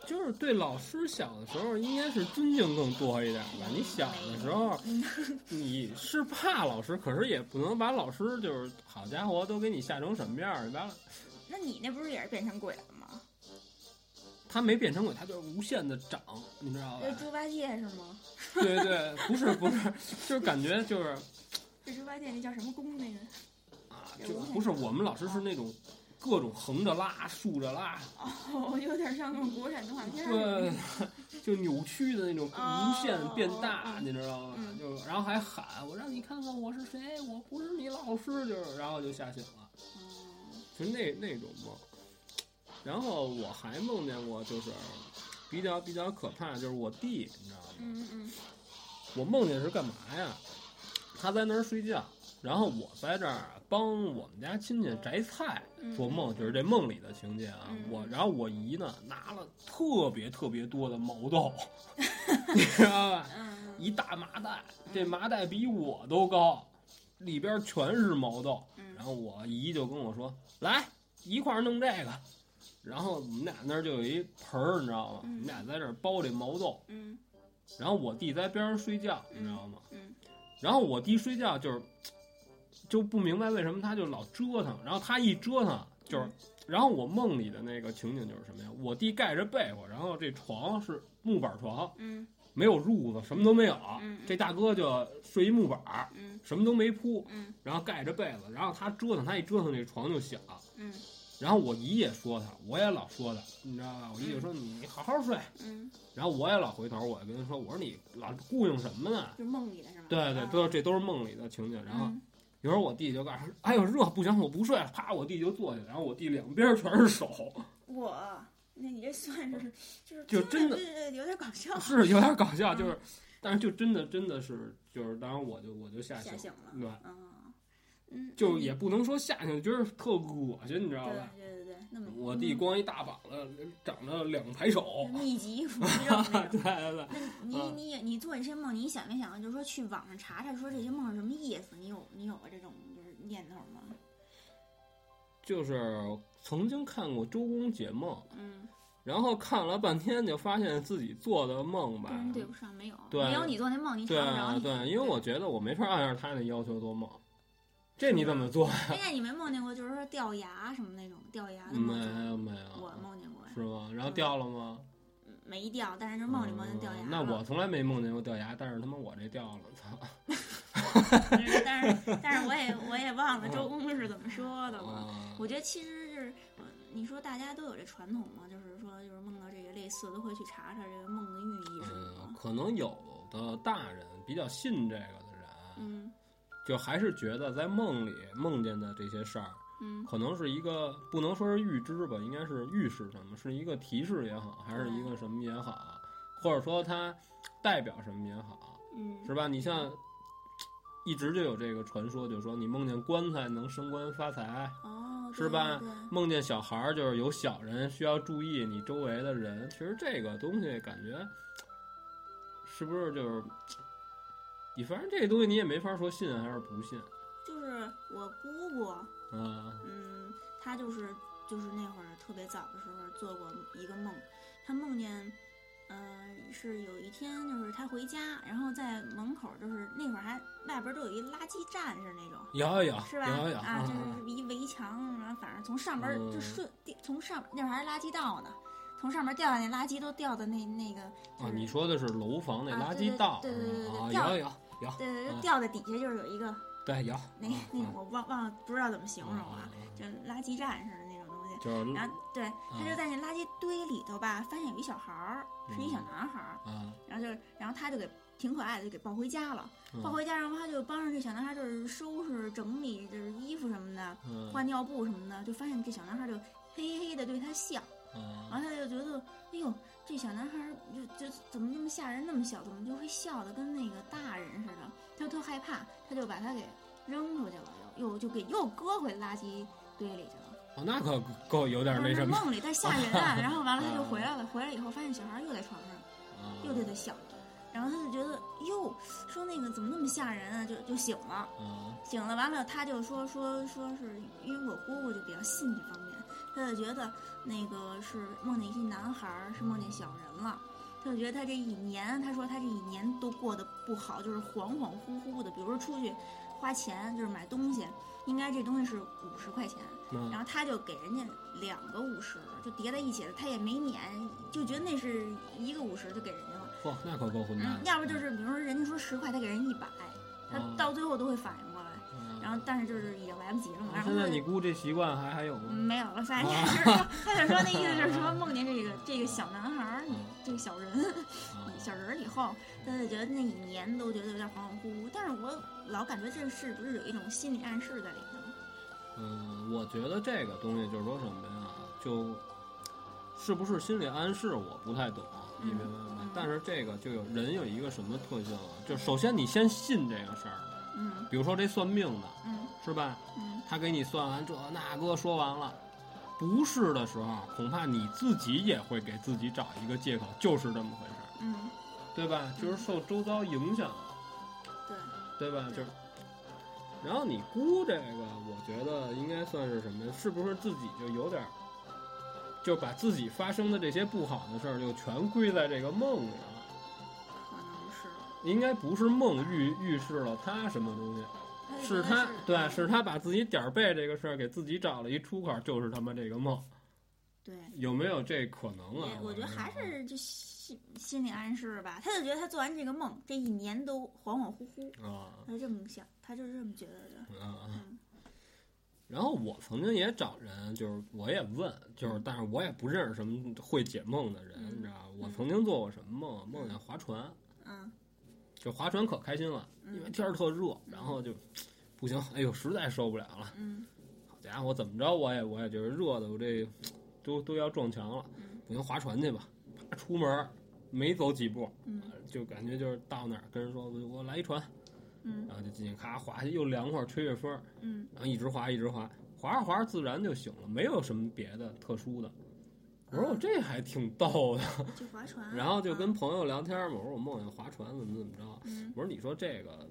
B: 就是对老师小的时候，应该是尊敬更多一点吧。你小的时候，你是怕老师，可是也不能把老师就是好家伙都给你吓成什么样儿。你把
A: 那你那不是也是变成鬼了吗？
B: 他没变成鬼，他就是无限的长，你 知道吧
A: 这？猪八戒是吗？
B: 对对，不是不是，就是感觉就是
A: 这猪八戒那叫什么宫那个？
B: 啊，就不是我们老师是那种各种横着拉、竖着拉，
A: 哦，有点像那种国产动画片
B: 对， 就扭曲的那种
A: 哦
B: 无限变
A: 哦
B: 大
A: 哦，
B: 你知道吗？
A: 嗯
B: 就然后还喊我让你看看我是谁，我不是你老师，就是然后就吓醒了，就那那种梦。然后我还梦见过，就是比较比较可怕，就是我弟，你知道吗？
A: 嗯嗯
B: 我梦见是干嘛呀？他在那儿睡觉，然后我在这儿帮我们家亲戚摘菜。
A: 嗯
B: 做梦就是这梦里的情节啊，
A: 嗯
B: 我然后我姨呢拿了特别特别多的 毛豆，你知道吧？
A: 嗯
B: 一大麻袋，这麻袋比我都高，里边全是毛豆。然
A: 嗯
B: 后我姨就跟我说：“来，一块儿弄这个。”然后我们俩那儿就有一盆儿，你知道吗？我
A: 嗯
B: 们俩在这儿包这毛豆，
A: 嗯
B: 然后我弟在边上睡觉，你
A: 嗯
B: 知道吗？
A: 嗯
B: 然后我弟睡觉就是就不明白为什么他就老折腾，然后他一折腾就是
A: 嗯，
B: 然后我梦里的那个情景就是什么呀？我弟盖着被窝，然后这床是木板床，
A: 嗯
B: 没有褥子，什么都没有。
A: 嗯
B: 这大哥就睡一木板儿，
A: 嗯
B: 什么都没铺，
A: 嗯
B: 然后盖着被子，然后他折腾，他一折腾这床就响。
A: 嗯
B: 然后我姨也说他，我也老说他，你知道吧？我姨就说你好好睡。
A: 嗯，
B: 然后我也老回头，我也跟他说，我说你老顾应什么呢？
A: 就是梦里的是吗？
B: 对对，都是这都是梦里的情景。然后有时候我弟就告诉，哎呦热不行，我不睡了，啪，我弟就坐下，然后我弟两边全是手，
A: 哦我，那你这算是就是
B: 哦就真的
A: 对对对，有点搞笑，
B: 是有点搞笑，
A: 嗯
B: 就是，但是就真的真的是就是，当然我就我就 吓
A: 吓醒
B: 醒，
A: 了，
B: 对，
A: 嗯嗯，
B: 就也不能说吓醒，就是特恶心，你知道
A: 对
B: 吧？
A: 对对对，那么嗯
B: 我弟光一大膀子，长着两排手，
A: 密集恐惧症那
B: 对
A: 种。
B: 对对，
A: 那你
B: 嗯
A: 你你做这些梦，你想没想过，啊就是说去网上查查，说这些梦是什么意思？你有你有过这种就是念头吗？
B: 就是曾经看过周公解梦，
A: 嗯，
B: 然后看了半天就发现自己做的梦吧
A: 跟，嗯人对不上，没有，
B: 对
A: 没有你做那梦，你查
B: 对
A: 不着
B: 啊
A: 你。
B: 对，因为我觉得我没法按照他那要求做梦。这你怎么做？
A: 哎，那你没梦见过就是说掉牙什么那种掉牙的
B: 嗯没
A: 啊梦境？
B: 有没
A: 我
B: 有，
A: 梦见过，
B: 是吗？然后掉了吗？
A: 没掉，但是就梦里梦见掉牙了。
B: 嗯那我从来没梦见过掉牙，但是他妈我这掉了，操！
A: 但是但是但是我也我也忘了周公是怎么说的了。
B: 啊
A: 我觉得其实就是，呃你说大家都有这传统嘛，就是说就是梦到这个类似都会去查查这个梦的寓意是什
B: 嗯，
A: 么。
B: 可能有的大人比较信这个的人，
A: 嗯
B: 就还是觉得在梦里梦见的这些事儿，
A: 嗯
B: 可能是一个不能说是预知吧，应该是预示什么，是一个提示也好，还是一个什么也好，或者说它代表什么也好，
A: 嗯
B: 是吧？你像一直就有这个传说，就说你梦见棺材能升官发财，
A: 哦，
B: 是吧
A: 对？对
B: 梦见小孩儿就是有小人需要注意你周围的人。其实这个东西感觉是不是就是你反正这个东西你也没法说信啊还是不信
A: 就是我姑姑，
B: 啊。
A: 嗯，她就是就是那会儿特别早的时候做过一个梦，她梦见，呃，是有一天就是她回家，然后在门口就是那会儿还外边都有一垃圾站是那种。
B: 有有
A: 是吧？
B: 有有
A: 啊，就是一围墙，然后反正从上面儿就
B: 嗯
A: 顺，地从上那会儿还是垃圾道呢，从上面掉下来垃圾都掉到那那个
B: 啊
A: 就，是
B: 你说的是楼房那
A: 啊
B: 垃
A: 对
B: 圾
A: 对
B: 道
A: 对对对
B: 是吧
A: 对
B: 啊，
A: 对
B: 有有有，
A: 对对
B: 啊
A: 对，掉在底下就是有一个
B: 对有
A: 那那
B: 啊啊
A: 种我忘忘了不知道怎么形容
B: 啊
A: 啊，就垃圾站似的那种东西。
B: 就是
A: 然后对他
B: 啊
A: 就在那垃圾堆里头吧，发现有一小孩儿，是一小
B: 嗯
A: 男孩儿，
B: 啊，
A: 然后就然后他就给挺可爱的，就给抱回家了。
B: 嗯
A: 抱回家，然后他就帮着这小男孩就是收拾整理，就是衣服什么的，
B: 嗯
A: 换尿布什么的，就发现这小男孩就嘿嘿嘿的对他笑，
B: 啊
A: 然后他就觉得，哎呦，这小男孩儿就就怎么那么吓人，那么小，怎么就会笑的跟那个大人似的？他就特害怕，他就把他给扔出去了，又又就给又搁回垃圾堆里去了。
B: 哦那可够有点那
A: 是
B: 什么
A: 梦里但吓人 啊。然后完了他就
B: 啊
A: 回来了，回来以后发现小孩又在床上，
B: 啊
A: 又对他笑，然后他就觉得哟，说那个怎么那么吓人啊，就就醒了。
B: 啊
A: 醒了完了，他就说说说是因为我姑姑就比较信这方面，他就觉得那个是梦见一男孩儿，是梦见小人了。他就觉得他这一年，他说他这一年都过得不好，就是恍恍惚惚的。比如说出去花钱，就是买东西，应该这东西是五十块钱，然
B: 那
A: 后他就给人家两个五十，就叠在一起了，他也没撵，就觉得那是一个五十就给人家了。
B: 嚯那可够混蛋
A: 嗯
B: 的，，
A: 要不就是比如说人家说十块，他给人一百，他
B: 哦
A: 到最后都会反应过来。
B: 嗯
A: 然后但是就是已经来不及了嘛。嗯然后
B: 现在
A: 他就
B: 你啊姑这习惯还还有
A: 嗯
B: 吗？
A: 没有了，反正就是说，他就说那意思就是说梦见这个这个小男孩儿，你这个小人
B: 啊
A: 小人儿以后，他就觉得那一年都觉得有点恍恍惚惚。但是我老感觉这是不是有一种心理暗示在里头？
B: 嗯，我觉得这个东西就是说什么呀，就是不是心理暗示，我不太懂，啊你明白吗
A: 嗯？
B: 但是这个就有人有一个什么特性啊，就首先你先信这个事儿，
A: 嗯
B: 比如说这算命的
A: 嗯
B: 是吧？
A: 嗯
B: 他给你算完这那哥说完了，不是的时候，恐怕你自己也会给自己找一个借口，就是这么回事儿，
A: 嗯，
B: 对吧？就是受周遭影响，啊
A: 对，
B: 对吧？
A: 对
B: 就是。然后你估这个，我觉得应该算是什么？是不是自己就有点儿，就把自己发生的这些不好的事儿就全归在这个梦里了？
A: 可能是
B: 应该不是梦预预示了他什么东西，
A: 他就觉
B: 是
A: 得
B: 他对，啊
A: 是
B: 是他把自己点儿背这个事儿给自己找了一出口，就是他妈这个梦，
A: 对。
B: 有没有这可能啊
A: 也？我觉得还
B: 觉得
A: 是就心心理暗示吧，他就觉得他做完这个梦，这一年都恍恍惚惚，
B: 啊
A: 他就这么想，他就是这么觉得的。
B: 啊啊
A: 嗯。
B: 然后我曾经也找人，就是我也问，就是但是我也不认识什么会解梦的人，
A: 嗯
B: 你知道吧？我
A: 嗯
B: 曾经做过什么梦？梦见划船，
A: 嗯
B: 就划船可开心了，因为
A: 嗯
B: 天儿特热，然后就不行，哎呦，实在受不了了，
A: 嗯
B: 好家伙，怎么着我也我也觉得热的，我这都都要撞墙了，
A: 嗯
B: 不行，划船去吧。啪出门儿没走几步，
A: 嗯
B: 就感觉就是到那儿跟人说，我我来一船，
A: 嗯
B: 然后就进去咔划去，又凉快，吹着风儿，
A: 嗯，
B: 然后一直滑，一直滑，滑着滑着自然就醒了，没有什么别的特殊的。我说我
A: 嗯
B: 这还挺逗的，
A: 去划船，
B: 然后就跟朋友聊天嘛，我说我梦见划船怎么怎么着，
A: 嗯
B: 我说你说这个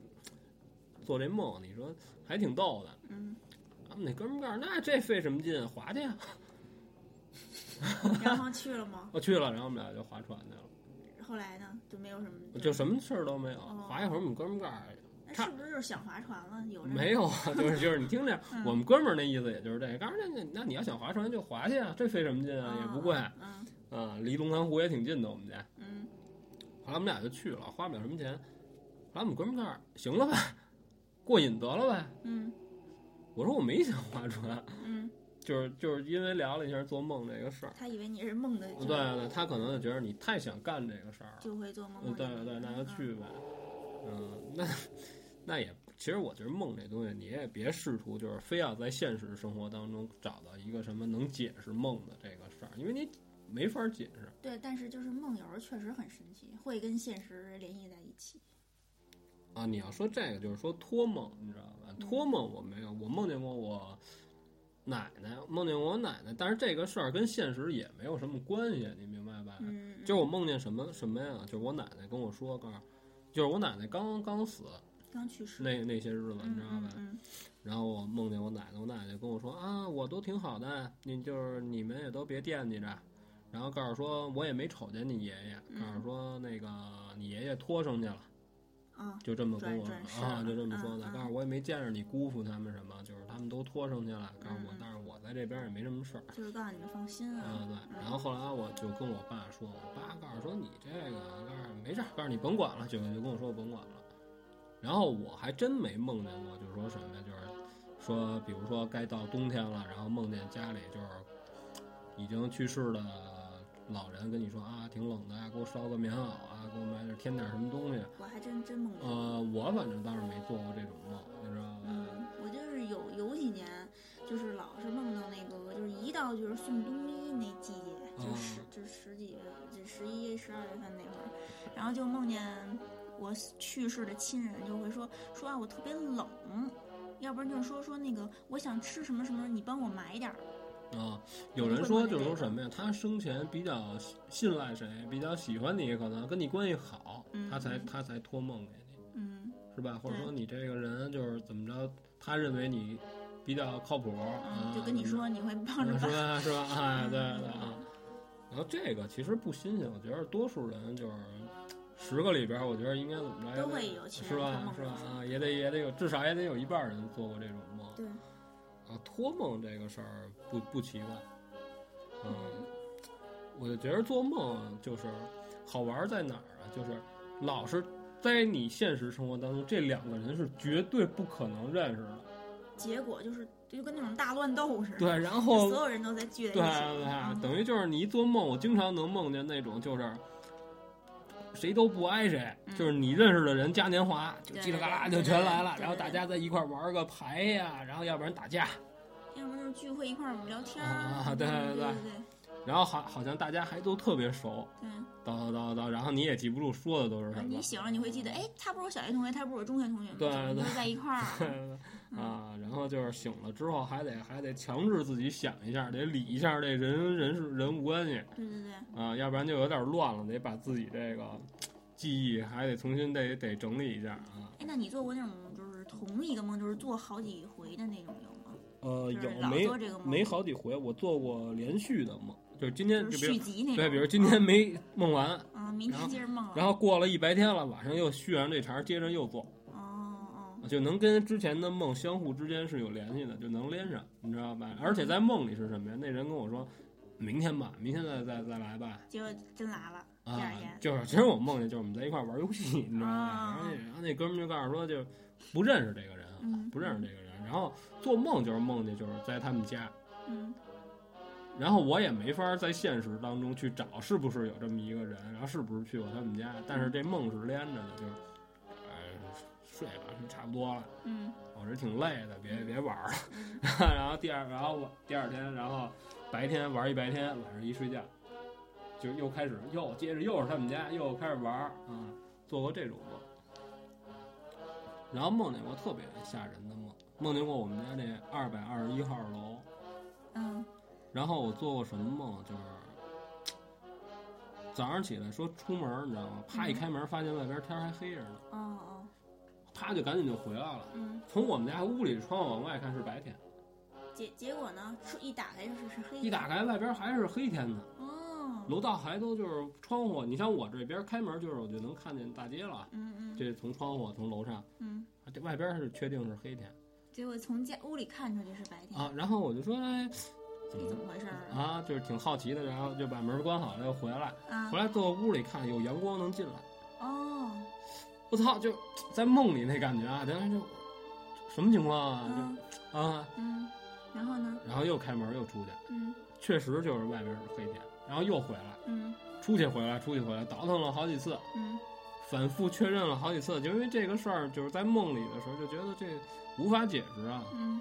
B: 做这梦，你说还挺逗的。
A: 嗯，
B: 他们那哥们儿告诉那这费什么劲，啊划去呀！
A: 然后去了吗？
B: 我去了，然后我们俩就划船去了，
A: 后来呢，就没有什么，
B: 就什么事儿都没有。
A: 哦
B: 划一会儿，我们哥们儿告诉
A: 那是不是就是想划船了？有这
B: 没有啊，就是就是你听这，
A: 嗯
B: 我们哥们儿那意思也就是这个。告诉那那那你要想划船就划去啊，这费什么劲
A: 啊
B: 啊，也不贵啊，
A: 嗯
B: 离龙潭湖也挺近的，我们家。
A: 嗯
B: 后来我们俩就去了，花不了什么钱。后来我们哥们儿告诉我行了吧，过瘾得了呗。
A: 嗯
B: 我说我没想划船，
A: 嗯，
B: 就是就是因为聊了一下做梦这个事儿。
A: 他以为你是梦的，
B: 对对，他可能就觉得你太想干这个事儿了。
A: 就会做梦
B: 嗯，
A: 梦
B: 对
A: 见
B: 对，那就去呗。嗯，那那也，其实我觉得梦这东西，你也别试图就是非要在现实生活当中找到一个什么能解释梦的这个事儿，因为你没法解释。
A: 对，但是就是梦有时候确实很神奇，会跟现实联系在一起。
B: 啊，你要说这个，就是说托梦，你知道吧？托梦我没有，我梦见过我奶奶，梦见过我奶奶，但是这个事儿跟现实也没有什么关系，你明白吧？
A: 嗯，
B: 就是我梦见什么什么呀？就是我奶奶跟我说，告诉，就是我奶奶刚刚死
A: 刚去世，
B: 那那些日子，你
A: 嗯
B: 知道吧
A: 嗯？嗯
B: 然后我梦见我奶奶，我奶奶就跟我说啊，我都挺好的，你就是你们也都别惦记着。然后告诉说，我也没瞅见你爷爷，
A: 嗯
B: 告诉说那个你爷爷托生去了，
A: 啊，
B: 就这么跟我
A: 转转世
B: 说啊，
A: 了
B: 就这么说的。
A: 嗯嗯
B: 告诉我也没见着你姑父他们什么，就是他们都托生去了。告诉我
A: 嗯，
B: 但是我在这边也没什么事儿。
A: 就是告诉你们放心
B: 啊，
A: 啊。
B: 对。然后后来我就跟我爸说，我爸告诉说你这个，告诉没事儿，告诉你甭管了，就就跟我说我甭管了。然后我还真没梦见过，就是说什么呀，就是说，比如说该到冬天了，然后梦见家里就是已经去世的老人跟你说啊，挺冷的呀，给我烧个棉袄啊，给我买点添点什么东西。
A: 我还真真梦见过。
B: 呃，我反正倒是没做过这种梦，你知道
A: 嗯
B: 吧？，
A: 我就是有有几年，就是老是梦到那个，就是一到就是送冬衣那季节，就
B: 嗯
A: 十、就十几月，就十一、十二月份那会儿，然后就梦见我去世的亲人就会说说啊，我特别冷，要不然就是说说那个我想吃什么什么，你帮我买点儿。嗯
B: 啊，有人说就是说什么呀？他生前比较信赖谁，比较喜欢你，可能跟你关系好，
A: 嗯
B: 他才
A: 嗯
B: 他才托梦给你，
A: 嗯
B: 是吧？或者
A: 对
B: 说你这个人就是怎么着，他认为你比较靠谱啊
A: 嗯，，就跟你说你会帮着
B: 嗯是
A: 办。
B: 吧？是吧？哎，对
A: 嗯
B: 对啊。然后这个其实不新鲜，我觉得多数人就是十个里边儿，我觉得应该怎么着也得
A: 都会有其他
B: 是
A: 托
B: 吧
A: 梦？
B: 是吧
A: 的？
B: 啊，也得也得有，至少也得有一半儿人做过这种梦。
A: 对，
B: 啊，托梦这个事儿不不奇怪，嗯，我就觉得做梦啊就是好玩儿在哪儿啊？就是老是在你现实生活当中，这两个人是绝对不可能认识的。
A: 结果就是就跟那种大乱斗似的，
B: 对，然
A: 就
B: 后
A: 所有人都在聚在
B: 对
A: 一起。
B: 对，
A: 嗯
B: 等于就是你一做梦，我经常能梦见那种就是。谁都不挨谁，就是你认识的人嘉年华，就
A: 嗯对
B: 叽里
A: 对
B: 嘎啦
A: 对
B: 就
A: 对
B: 全来了，
A: 对
B: 然后
A: 对
B: 大
A: 对
B: 家在一块儿玩个牌呀，然后要不然打架，
A: 要么就是聚会一块儿我们聊天儿
B: 啊对
A: 对
B: 对
A: 对
B: 然后好好像大家还都特别熟，
A: 对。
B: 叨叨叨叨，然后你也记不住说的都是
A: 啊
B: 什么
A: 你醒了你会记得，哎，他不是我小学同学，他不是我中学同学吗？
B: 对
A: 我们都在一块儿了。
B: 啊，然后就是醒了之后还得还得强制自己想一下，得理一下这人人是人物关系
A: 对对对，哎
B: 啊，要不然就有点乱了，得把自己这个记忆还得重新得得整理一下啊。
A: 哎，那你做过那种就是同一个梦，就是做好几回的那种有吗？
B: 呃
A: 就是老做这个梦，
B: 好几回，我做过连续的梦，就是今
A: 就是续集那种。啊
B: 没梦完，
A: 啊，明天接着梦了。
B: 后过了一白天了，晚上又续上这茬，接着又做。
A: 哦哦，
B: 就能跟之前的梦相互之间是有联系的，就能连上，你知道吧？而且在梦里是什么呀？那人跟我说，明天吧，明天再再再来吧。
A: 结果真来了，第
B: 啊
A: 二天，
B: 就是其实我梦见就是我们在一块儿玩游戏，你知道
A: 啊
B: 吧？然后那然后那哥们儿就告诉说，就不认识这个人啊，
A: 嗯
B: 不认识这个人。然后做梦就是梦见就是在他们家，
A: 嗯
B: 然后我也没法在现实当中去找是不是有这么一个人，然后是不是去过他们家。但是这梦是连着的，就是，呃，睡吧，差不多了。
A: 嗯
B: 我哦是挺累的，别别玩儿了。
A: 嗯，
B: 然后第二，然后我第二天，然后白天玩一白天，晚上一睡觉，就又开始又接着又是他们家，又开始玩儿啊、做过这种梦。然后梦见过特别吓人的梦，梦见过我们家这二百二十一号楼。
A: 嗯
B: 然后我做过什么梦？就是早上起来说出门儿，你知道吗？啪一开门，发现外边天儿还黑着呢，
A: 哦哦，
B: 啪就赶紧就回来了。
A: 嗯，
B: 从我们家屋里窗户往外看是白天。
A: 结结果呢，是一打开就是是黑的。
B: 一打开，外边还是黑天呢。
A: 哦，
B: 楼道还都就是窗户，你像我这边开门就是我就能看见大街了，
A: 嗯嗯
B: 这从窗户从楼上，啊
A: 嗯，
B: 这外边是确定是黑天
A: 结果从家屋里看出去是白天，
B: 啊。然后我就说，哎，
A: 这
B: 怎么
A: 怎么回事儿啊？
B: 啊？就是挺好奇的，然后就把门关好了，又回来，
A: 啊
B: 回来坐屋里看有阳光能进来，
A: 哦，
B: 我操，就在梦里那感觉啊，当时就什么情况啊？
A: 嗯
B: 这啊，
A: 嗯，然后呢？
B: 然后又开门又出去，
A: 嗯
B: 确实就是外边是黑天，然后又回来。
A: 嗯
B: 出去回来，出去回来，倒腾了好几次，
A: 嗯
B: 反复确认了好几次，就因为这个事儿，就是在梦里的时候就觉得这无法解释啊，
A: 嗯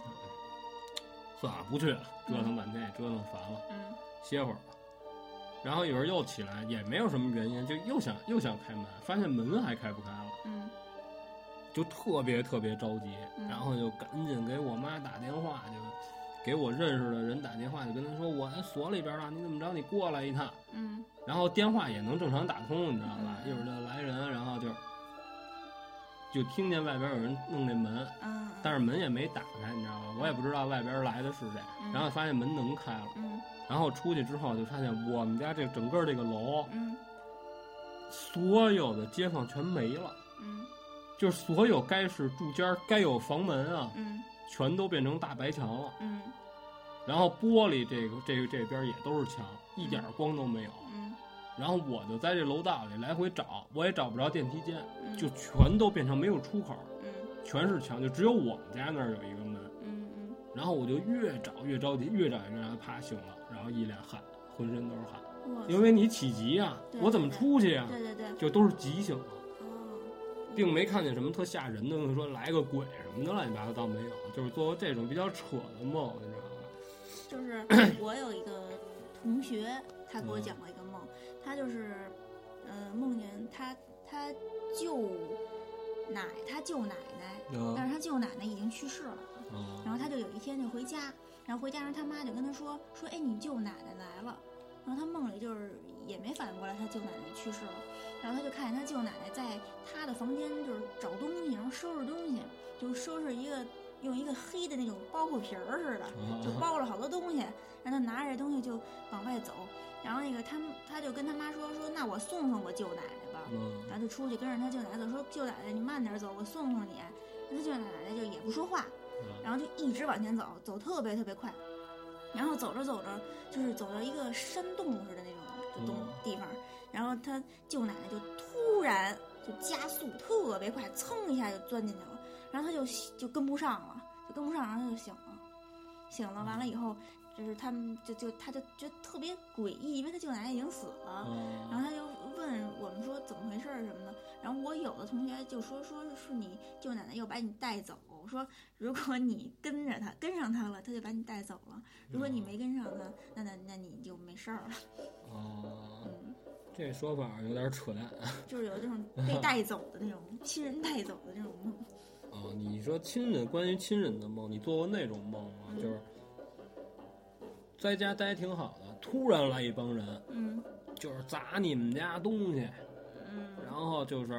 B: 算了，不去了，折腾半天也折腾烦了，
A: 嗯
B: 歇会儿吧。然后一会儿又起来，也没有什么原因，就又想又想开门，发现门还开不开了，
A: 嗯
B: 就特别特别着急，
A: 嗯
B: 然后就赶紧给我妈打电话，就给我认识的人打电话，就跟他说我在所里边了，你怎么着？你过来一趟。
A: 嗯
B: 然后电话也能正常打通，你知道吧？一会儿就来人，然后就就听见外边有人弄那门，
A: 啊，
B: 但是门也没打开，你知道吧？我也不知道外边来的是谁，
A: 嗯
B: 然后发现门能开了，
A: 嗯
B: 然后出去之后就发现我们家这整个这个楼
A: 嗯
B: 所有的街坊全没了，
A: 嗯
B: 就是所有该是住家、该有房门啊，
A: 嗯
B: 全都变成大白墙了，
A: 嗯
B: 然后玻璃这个这个这边也都是墙，一点光都没有。
A: 嗯
B: 然后我就在这楼道里来回找，我也找不着电梯间，
A: 嗯，
B: 就全都变成没有出口，
A: 嗯
B: 全是墙，就只有我们家那儿有一个门。
A: 嗯
B: 然后我就越找越着急，越找越着急，啪醒了，然后一脸汗，浑身都是汗，
A: 嗯，哇
B: 因为你起急呀、
A: 对
B: 我怎么出去呀、
A: 对对对，
B: 就都是急醒了，
A: 哦，
B: 并没看见什么特吓人的，说来个鬼什么的乱七八糟倒没有，就是做过这种比较扯的梦，你知道吧？
A: 就是我有一个同学，他给我讲过一个梦，他就是，呃，梦见他他舅奶他舅奶奶，但是他舅奶奶已经去世了，
B: 啊
A: 然后他就有一天就回家，然后回家时候他妈就跟他说说，哎，你舅奶奶来了。然后他梦里就是也没反应过来，他舅奶奶去世了。然后他就看见他舅奶奶在他的房间就是找东西，然后收拾东西，就收拾一个用一个黑的那种包袱皮儿似的，就
B: 啊
A: 包了好多东西，然后拿着这东西就往外走。然后那个他他就跟他妈说说，那我送送我舅奶奶吧。
B: 嗯
A: 然后就出去跟着他舅奶奶走，说舅奶奶你慢点走，我送送你。他舅奶奶就也不说话，然后就一直往前走，走特别特别快。然后走着走着，就是走到一个山洞似的那种东
B: 嗯
A: 地方，然后他舅奶奶就突然就加速特别快，蹭一下就钻进去了，然后他就就跟不上了，就跟不上，然后他就醒了，醒了完了以后，就是他们就就他就觉得特别诡异，因为他舅奶奶已经死了，
B: 嗯
A: 然后他就问我们说怎么回事儿什么的，然后我有的同学就说说是你舅奶奶要把你带走，说如果你跟着他跟上他了，他就把你带走了；如果你没跟上他，那那那你就没事儿了。
B: 哦，
A: 嗯，
B: 这说法有点扯淡。
A: 就是有这种被带走的那种亲人带走的那种梦。
B: 哦，你说亲人，关于亲人的梦，你做过那种梦吗？
A: 嗯
B: 就是在家待挺好的，突然来一帮人，
A: 嗯
B: 就是砸你们家东西，然
A: 嗯
B: 后就是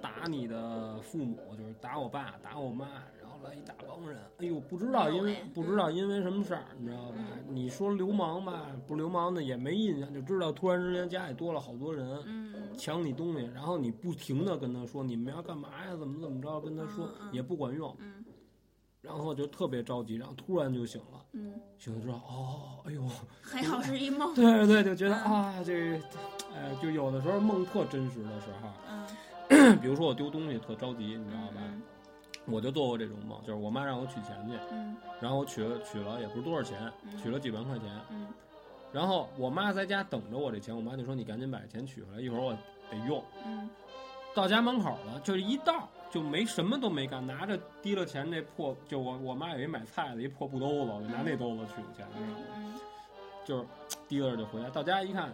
B: 打你的父母，就是打我爸，打我妈，然后来一大帮人。哎呦，不知道因为
A: 嗯
B: 不知道因为什么事儿，你知道吧？你说流氓吧，不流氓的也没印象，就知道突然之间家里多了好多人。
A: 嗯
B: 抢你东西，然后你不停的跟他说你们要干嘛呀，怎么怎么着，跟他说
A: 嗯嗯
B: 也不管用，
A: 嗯
B: 然后就特别着急，然后突然就醒了，
A: 嗯，
B: 醒了之后，哦， 哎呦，
A: 还好是一 梦。
B: 对对对，就觉得
A: 嗯
B: 啊，这，哎，就有的时候梦特真实的时候，
A: 嗯，
B: 比如说我丢东西特着急，你知道吧？
A: 嗯
B: 我就做过这种梦，就是我妈让我取钱去，
A: 嗯
B: 然后我取了取了也不是多少钱，
A: 嗯
B: 取了几万块钱，
A: 嗯
B: 然后我妈在家等着我这钱，我妈就说你赶紧把这钱取回来，一会儿我得用。
A: 嗯
B: 到家门口了，就是一到就没什么都没干，拿着提了钱那破，就我我妈有一买菜的一破布兜子，我就拿那兜子取的钱，你知道吗
A: 嗯
B: 就是提了就回来，到家一看，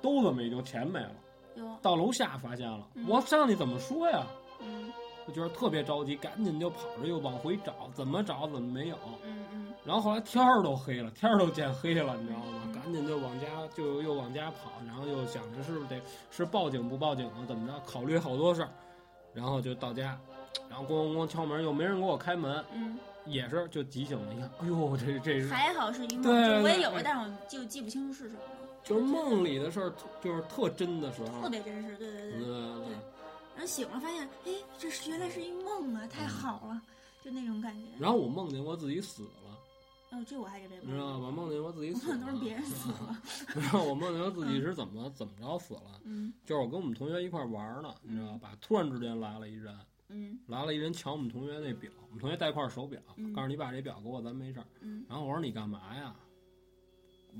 B: 兜子没丢，钱没了，
A: 嗯，有
B: 到楼下发现了
A: 嗯，
B: 我上去怎么说呀？
A: 嗯
B: 我就是特别着急，赶紧就跑着又往回找，怎么找怎么没有，
A: 嗯嗯
B: 然后后来天儿都黑了，天儿都见黑了，你知道吗
A: 嗯？
B: 赶紧就往家就又往家跑，然后又想着是不是得是报警不报警啊，怎么着？考虑好多事儿，然后就到家，然后咣咣咣敲门，又没人给我开门，
A: 嗯，
B: 也是就急醒了，一看，哎呦，这这是
A: 还好是一梦。
B: 对
A: 就我也
B: 对
A: 有过，
B: 对
A: 但是我就记不清是什么了。
B: 就是梦里的事儿，就是特真的时候，
A: 特别真实，对对
B: 对
A: 对。
B: 对对。
A: 然后醒了发现，哎，这是原来是一梦啊，太好了，就那种感觉。
B: 嗯然后我梦见我自己死了，
A: 哦，这我还真没
B: 你知道
A: 梦
B: 吧？梦见我自己
A: 见
B: 死
A: 过，
B: 了，
A: 都是别人死了。
B: 然后我梦见我自己是怎么怎么着死了，
A: 嗯
B: 就是我跟我们同学一块儿玩儿呢，你知道吧？突然之间来了一人，
A: 嗯
B: 来了一人抢我们同学那表，我们同学带块手表
A: 嗯，
B: 告诉你把这表给我，咱没事儿。
A: 嗯
B: 然后我说你干嘛呀？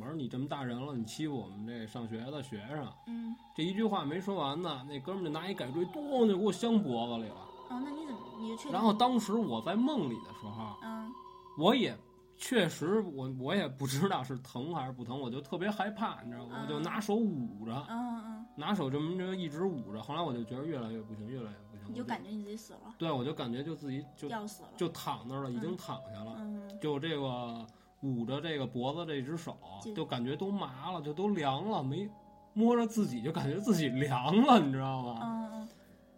B: 我说你这么大人了，你欺负我们这上学的学生。
A: 嗯。
B: 这一句话没说完呢，那哥们儿就拿一改锥，咣就给我镶脖子里了。
A: 哦，那你怎么你就确定？
B: 然后当时我在梦里的时候，
A: 嗯
B: 我也确实我我也不知道是疼还是不疼，我就特别害怕，你知道吗？
A: 嗯
B: 我就拿手捂着，
A: 嗯嗯，
B: 拿手这么着一直捂着。后来我就觉得越来越不行，越来越不行，
A: 你
B: 我
A: 就感觉你自己死了，
B: 对我就感觉就自己就
A: 要死了。
B: 就躺那儿了，已经
A: 嗯
B: 躺下了，
A: 嗯
B: 就这个捂着这个脖子这只手
A: 就，
B: 就感觉都麻了，就都凉了，没摸着自己就感觉自己凉了，你知道
A: 嗯
B: 吗？
A: 嗯。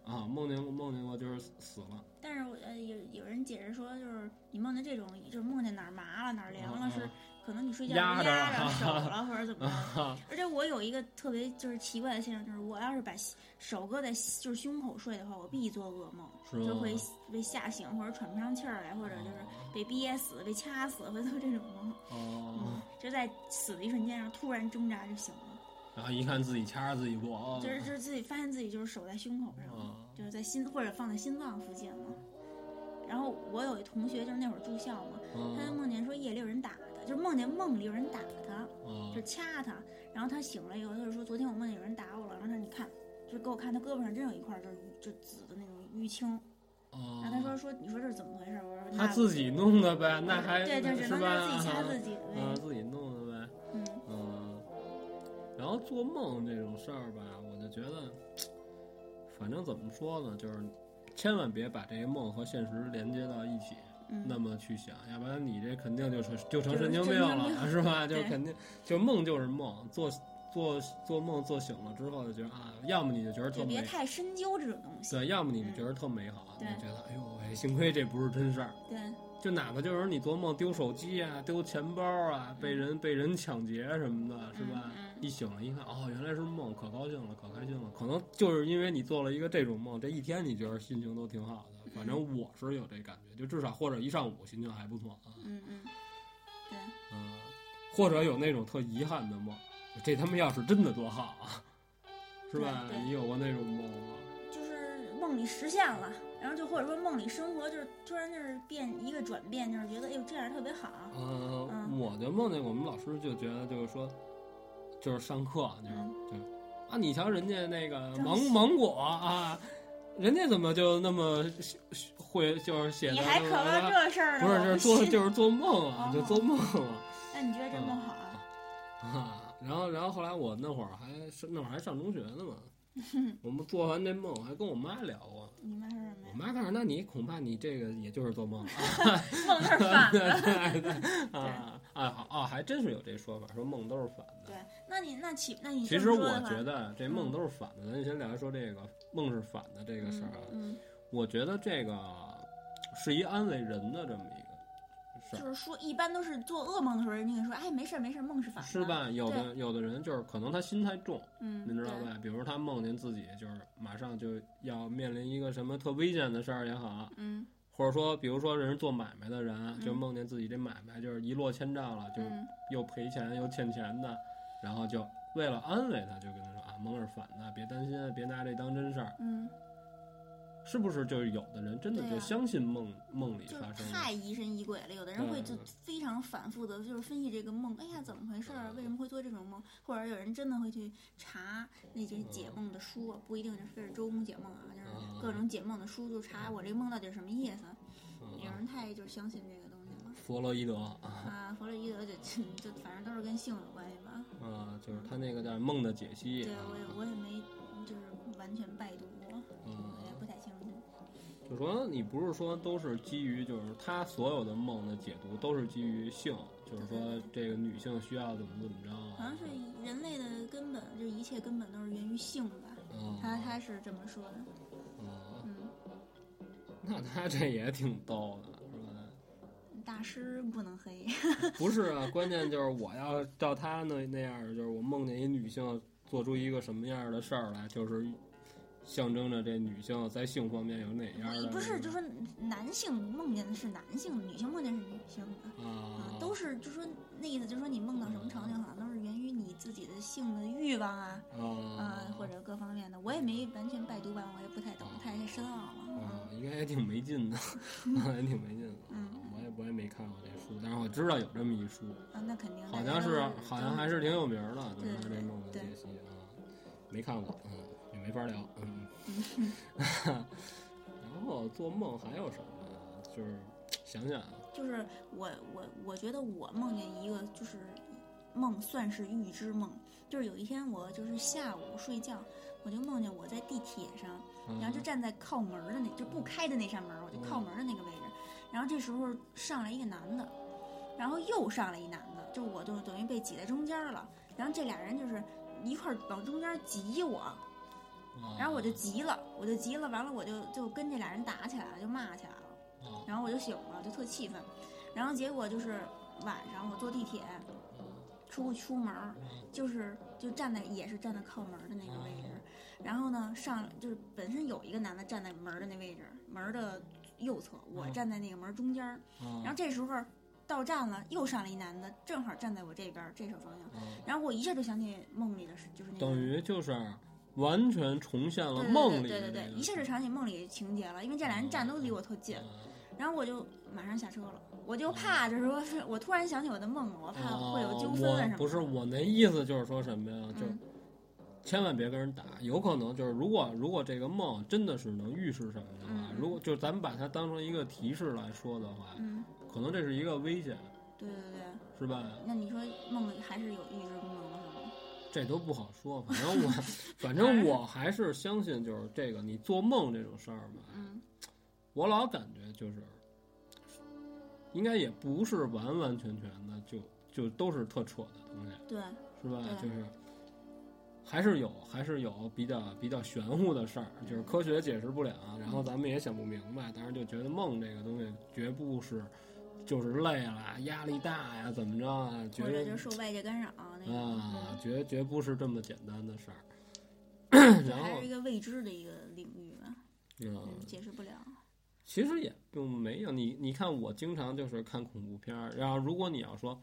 B: 啊，梦见过梦见过就是死了，
A: 但是我呃有有人解释说，就是你梦见这种，就是梦见哪儿麻了哪儿凉了，
B: 嗯
A: 是可能你睡觉
B: 压
A: 压
B: 着
A: 着
B: 了
A: 手了或者怎么 着。 而且我有一个特别就是奇怪的现象，就是我要是把西手搁在西就是胸口睡的话，我必做噩梦，
B: 是哦吗
A: 就会被吓醒或者喘不上气儿啊来，或者就是被憋死、被掐死，会做这种梦。
B: 哦
A: 嗯，，就在死的一瞬间，然后突然挣扎就醒了，
B: 然后一看自己掐着自己脖子，
A: 就是就是自己发现自己就是手在胸口上。
B: 啊
A: 就是在心或者放在心脏附近了。然后我有一同学，就是那会儿住校嘛，他就
B: 啊
A: 梦见说夜里有人打他，就是梦见梦里有人打他，
B: 啊
A: 就掐他。然后他醒了以后，他就说昨天我梦见有人打我了。然后他说你看，就是给我看他胳膊上真有一块儿就是就紫的那种淤青。然后他说说你说这是怎么回事？我说
B: 哦他
A: 那
B: 自己弄的呗，那还
A: 对，就只
B: 是
A: 能
B: 吧？
A: 他自己掐自己的
B: 嗯，
A: 呗。
B: 自己弄的呗，
A: 嗯
B: 嗯。然后做梦这种事儿吧，我就觉得，反正怎么说呢，就是千万别把这个梦和现实连接到一起，
A: 嗯，
B: 那么去想，要不然你这肯定就成就成
A: 就是
B: 神经
A: 神
B: 病
A: 经
B: 了，
A: 病
B: 是吧？就是
A: 对
B: 肯定，就梦就是梦，做做做梦做醒了之后就觉得啊，要么你就觉得特
A: 就
B: 美
A: 别太深究这种东西。
B: 对，要么你就觉得特美好，
A: 对
B: 你就觉得哎呦喂，幸亏这不是真事儿。
A: 对，
B: 就哪怕就是你做梦丢手机啊、丢钱包啊，被人被人抢劫什么的，是吧？
A: 嗯嗯
B: 一醒了，一看，哦，原来是梦，可高兴了，可开心了。可能就是因为你做了一个这种梦，这一天你觉得心情都挺好
A: 嗯
B: 的。反正我是有这感觉，就至少或者一上午心情还不错啊，
A: 嗯嗯，对，
B: 嗯，或者有那种特遗憾的梦，这他妈要是真的多好啊，是吧
A: 对？对
B: 你有过那种梦吗？
A: 就是梦里实现了，然后就或者说梦里生活就是突然就是变一个转变，就是觉得哎呦这样特别好，
B: 呃
A: 嗯，
B: 我就梦见我们老师就觉得就是说，就是上课就是
A: 嗯
B: 就是啊，你瞧人家那个
A: 张
B: 芒
A: 喜
B: 芒果啊，人家怎么就那么写会就是写的
A: 你还渴望这事儿呢？
B: 不是就是
A: 我
B: 做
A: 信
B: 就是做梦啊，
A: 哦
B: 就做梦啊
A: 那你觉得这梦好啊？
B: 啊。然后然后后来我那会儿还是那会儿还上中学 呢嘛，我们做完这梦我还跟我妈聊过，
A: 你妈说什么
B: 我
A: 呀？
B: 妈告诉那你恐怕你这个也就是做梦啊。
A: 梦那是 反的。
B: 对对啊啊啊！还真是有这说法，说梦都是反的。
A: 对，那你那起那你
B: 其
A: 这
B: 实
A: 么
B: 我
A: 说的话嗯
B: 觉，得这梦都是反的，咱先聊一说这个梦是反的这个事儿啊。
A: 嗯，
B: 我觉得这个是一安慰人的这么
A: 嗯
B: 一个事
A: 就
B: 儿，
A: 是说一般都是做噩梦的时候，人家跟你说哎没事儿没事儿，梦是反的，
B: 是？吧？有的有的人就是可能他心太重，
A: 嗯，
B: 你知道
A: 对？
B: 吧？比如他梦见自己就是马上就要面临一个什么特危险的事儿也好，
A: 嗯
B: 或者说比如说人是做买卖的人，啊就梦见自己这买卖就是一落千丈了，就
A: 嗯
B: 又赔钱又欠钱的，然后就为了安慰他，就跟他说啊，梦是反的，别担心，啊别拿这当真事儿，
A: 嗯，
B: 是不是？就是有的人真的
A: 对啊
B: 就相信梦、梦里
A: 就是
B: 发生
A: 太
B: 的，
A: 疑神疑鬼了。有的人会
B: 对
A: 就非常反复的，就是分析这个梦，哎呀，怎么回事儿？为什么会做这种梦？或者有人真的会去查那些解梦的书，啊不一定就是非是周公解梦啊，就是各种解梦的书，就查我这梦到底是什么意思。有
B: 嗯
A: 人太就是相信这个东西了
B: 弗洛伊德啊，
A: 啊，弗洛伊德就 就反正都是跟性有关系吧。
B: 啊，就是他那个叫梦的解析
A: 对
B: 啊，
A: 我也我也没就是完全拜读过，我也
B: 嗯，
A: 不太清楚。
B: 就说你不是说都是基于就是他所有的梦的解读都是基于性，就是说这个女性需要怎么怎么着
A: 好
B: 啊
A: 像，是人类的根本，就是一切根本都是源于性吧。
B: 嗯
A: 他他是这么说的，
B: 嗯
A: 嗯。
B: 那他这也挺逗的，是吧？
A: 大大师不能 黑，
B: 不是啊，关键就是我要照他那那样儿，就是我梦见一女性做出一个什么样儿的事儿来，就是象征着这女性在性方面有哪样儿的那个。
A: 呃不是，就说男性梦见的是男性的，女性梦见是女性的。
B: 啊
A: 啊，，都是就说那意思，就是说你梦到什么场景，好像都是源于你自己的性的欲望啊，啊
B: 啊，
A: 或者各方面的。我也没完全拜读完，我也不太懂，太深奥了。
B: 啊，应该也挺没 劲的，也挺没劲的。
A: 嗯
B: 我也我也没看过这书，但是我知道有这么一书，
A: 啊，那肯定。
B: 好像是好像还是挺有名儿的，就
A: 对
B: 是他这
A: 对
B: 梦的
A: 对
B: 解析啊，没看过，嗯，也没法聊， 嗯。然后做梦还有什么呀？就是想想啊，
A: 就是我我我觉得我梦见一个就是梦算是预知梦，就是有一天我就是下午睡觉，我就梦见我在地铁上，
B: 嗯
A: 然后就站在靠门儿的那就不开的那扇门儿，我就靠门儿的那个位置，然后这时候上来一个男的，然后又上来一男的，就我就等于被挤在中间儿了，然后这俩人就是一块儿往中间儿挤我，
B: 啊
A: 然后我就急了，我就急了，完了我就就跟这俩人打起来了，就骂起来了。
B: 啊
A: 然后我就醒了，就特气愤。然后结果就是晚上我坐地铁出出门儿，
B: 嗯
A: 就是就站在也是站在靠门儿的那个位置，
B: 哦
A: 然后呢上就是本身有一个男的站在门儿的那位置，门儿的右侧，我
B: 嗯
A: 站在那个门儿中间儿。
B: 啊
A: 然后这时候到站了，又上来一男的，正好站在我这边儿这手方向。
B: 啊
A: 然后我一下就想起梦里的事，就是那个
B: 等于就是完全重现了
A: 对
B: 梦里
A: 对
B: 的
A: 对对
B: 这
A: 对，
B: 个哦
A: 一下就想起梦里情节了，因为这俩人站都离我特近。
B: 嗯
A: 然后我就马上下车了，我就怕就是说是我突然想起我的梦了，我怕
B: 啊
A: 会有纠纷啊什
B: 我
A: 么。
B: 不是，我那意思就是说什么呀？就是
A: 嗯
B: 千万别跟人打，有可能就是如果如果这个梦真的是能预示什么的话，
A: 嗯
B: 如果就是咱们把它当成一个提示来说的话，
A: 嗯，
B: 可能这是一个危险，
A: 对对对，
B: 是吧？
A: 那你说梦里还是有预知功能的是吗？
B: 这都不好说，反 正我反正我还是相信就是这个你做梦这种事儿吧，
A: 嗯
B: 我老感觉就是，应该也不是完完全全的就就都是特扯的东西，
A: 对，
B: 是吧？
A: 对
B: 就是还是有还是有比较比较玄乎的事儿，就是科学解释不了，啊然
A: 嗯
B: 后咱们也想不明白，但是就觉得梦这个东西绝不是就是累了、压力大呀、怎么着啊，觉
A: 或者就
B: 得
A: 是受外界干扰那种，嗯
B: 啊，绝绝不是这么简单的事儿。
A: 这
B: 然
A: 嗯还
B: 后
A: 是一，个未知的一个领域吧，
B: 嗯
A: 嗯，，解释不了。
B: 其实也并没有。你你看，我经常就是看恐怖片儿，然后如果你要说，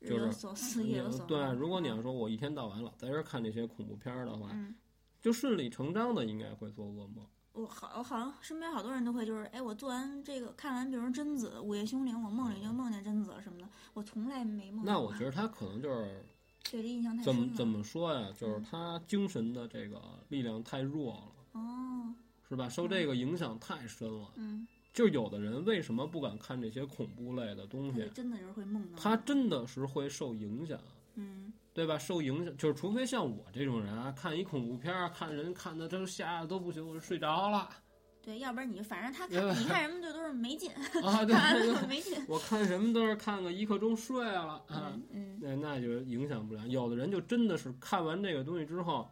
A: 日
B: 就是嗯
A: 有所思，夜有所嗯梦。
B: 对，如果你要说我一天到晚老在这儿看这些恐怖片儿的话，
A: 嗯，
B: 就顺理成章的应该会做噩梦。
A: 我好，我好像身边好多人都会，就是哎，我做完这个，看完比如说贞子、午夜凶铃，我梦里就梦见贞子什么的，我从来没梦。
B: 嗯那我觉得他可能就是
A: 对这印象太
B: 怎
A: 深
B: 么
A: 了。
B: 怎么说呀，就是他精神的这个力量太弱了，
A: 哦，
B: 是吧？受这个影响太深了。
A: 嗯，
B: 就有的人为什么不敢看这些恐怖类的东
A: 他就
B: 西？
A: 真的就是会梦到
B: 他真的是会受影响。
A: 嗯
B: 对吧？受影响就是，除非像我这种人啊，看一恐怖片儿，看人看的都吓得都不行，我就睡着了，
A: 对，要不然你就反正他
B: 对吧
A: 看你看什么就都是没 劲，
B: 啊！对，
A: 看完 了就没劲。
B: 我看什么都是看个一刻钟睡了啊，
A: 嗯嗯，
B: 那那就影响不了。有的人就真的是看完这个东西之后，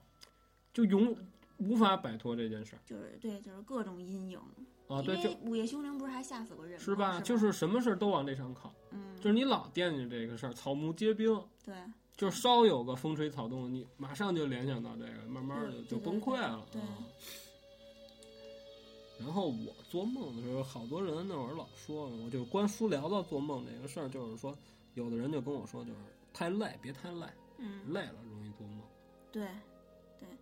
B: 就永无法摆脱这件事儿
A: 就是对，就是各种阴影。
B: 啊，
A: 因
B: 对，就
A: 为午夜凶铃不是还吓死过人吗？
B: 是
A: 是
B: 吧？就是什么事儿都往这上靠，
A: 嗯，
B: 就是你老惦记这个事儿，草木皆兵，
A: 对，
B: 就是稍有个风吹草动，你马上就联想到这个，慢慢
A: 嗯
B: 的
A: 对
B: 就
A: 对对
B: 崩溃了。
A: 对
B: 嗯然后我做梦的时候，好多人那会儿老说，我就关书聊到做梦这个事儿，就是说，有的人就跟我说，就是太累，别太累，
A: 嗯
B: 累了容易做梦。
A: 对，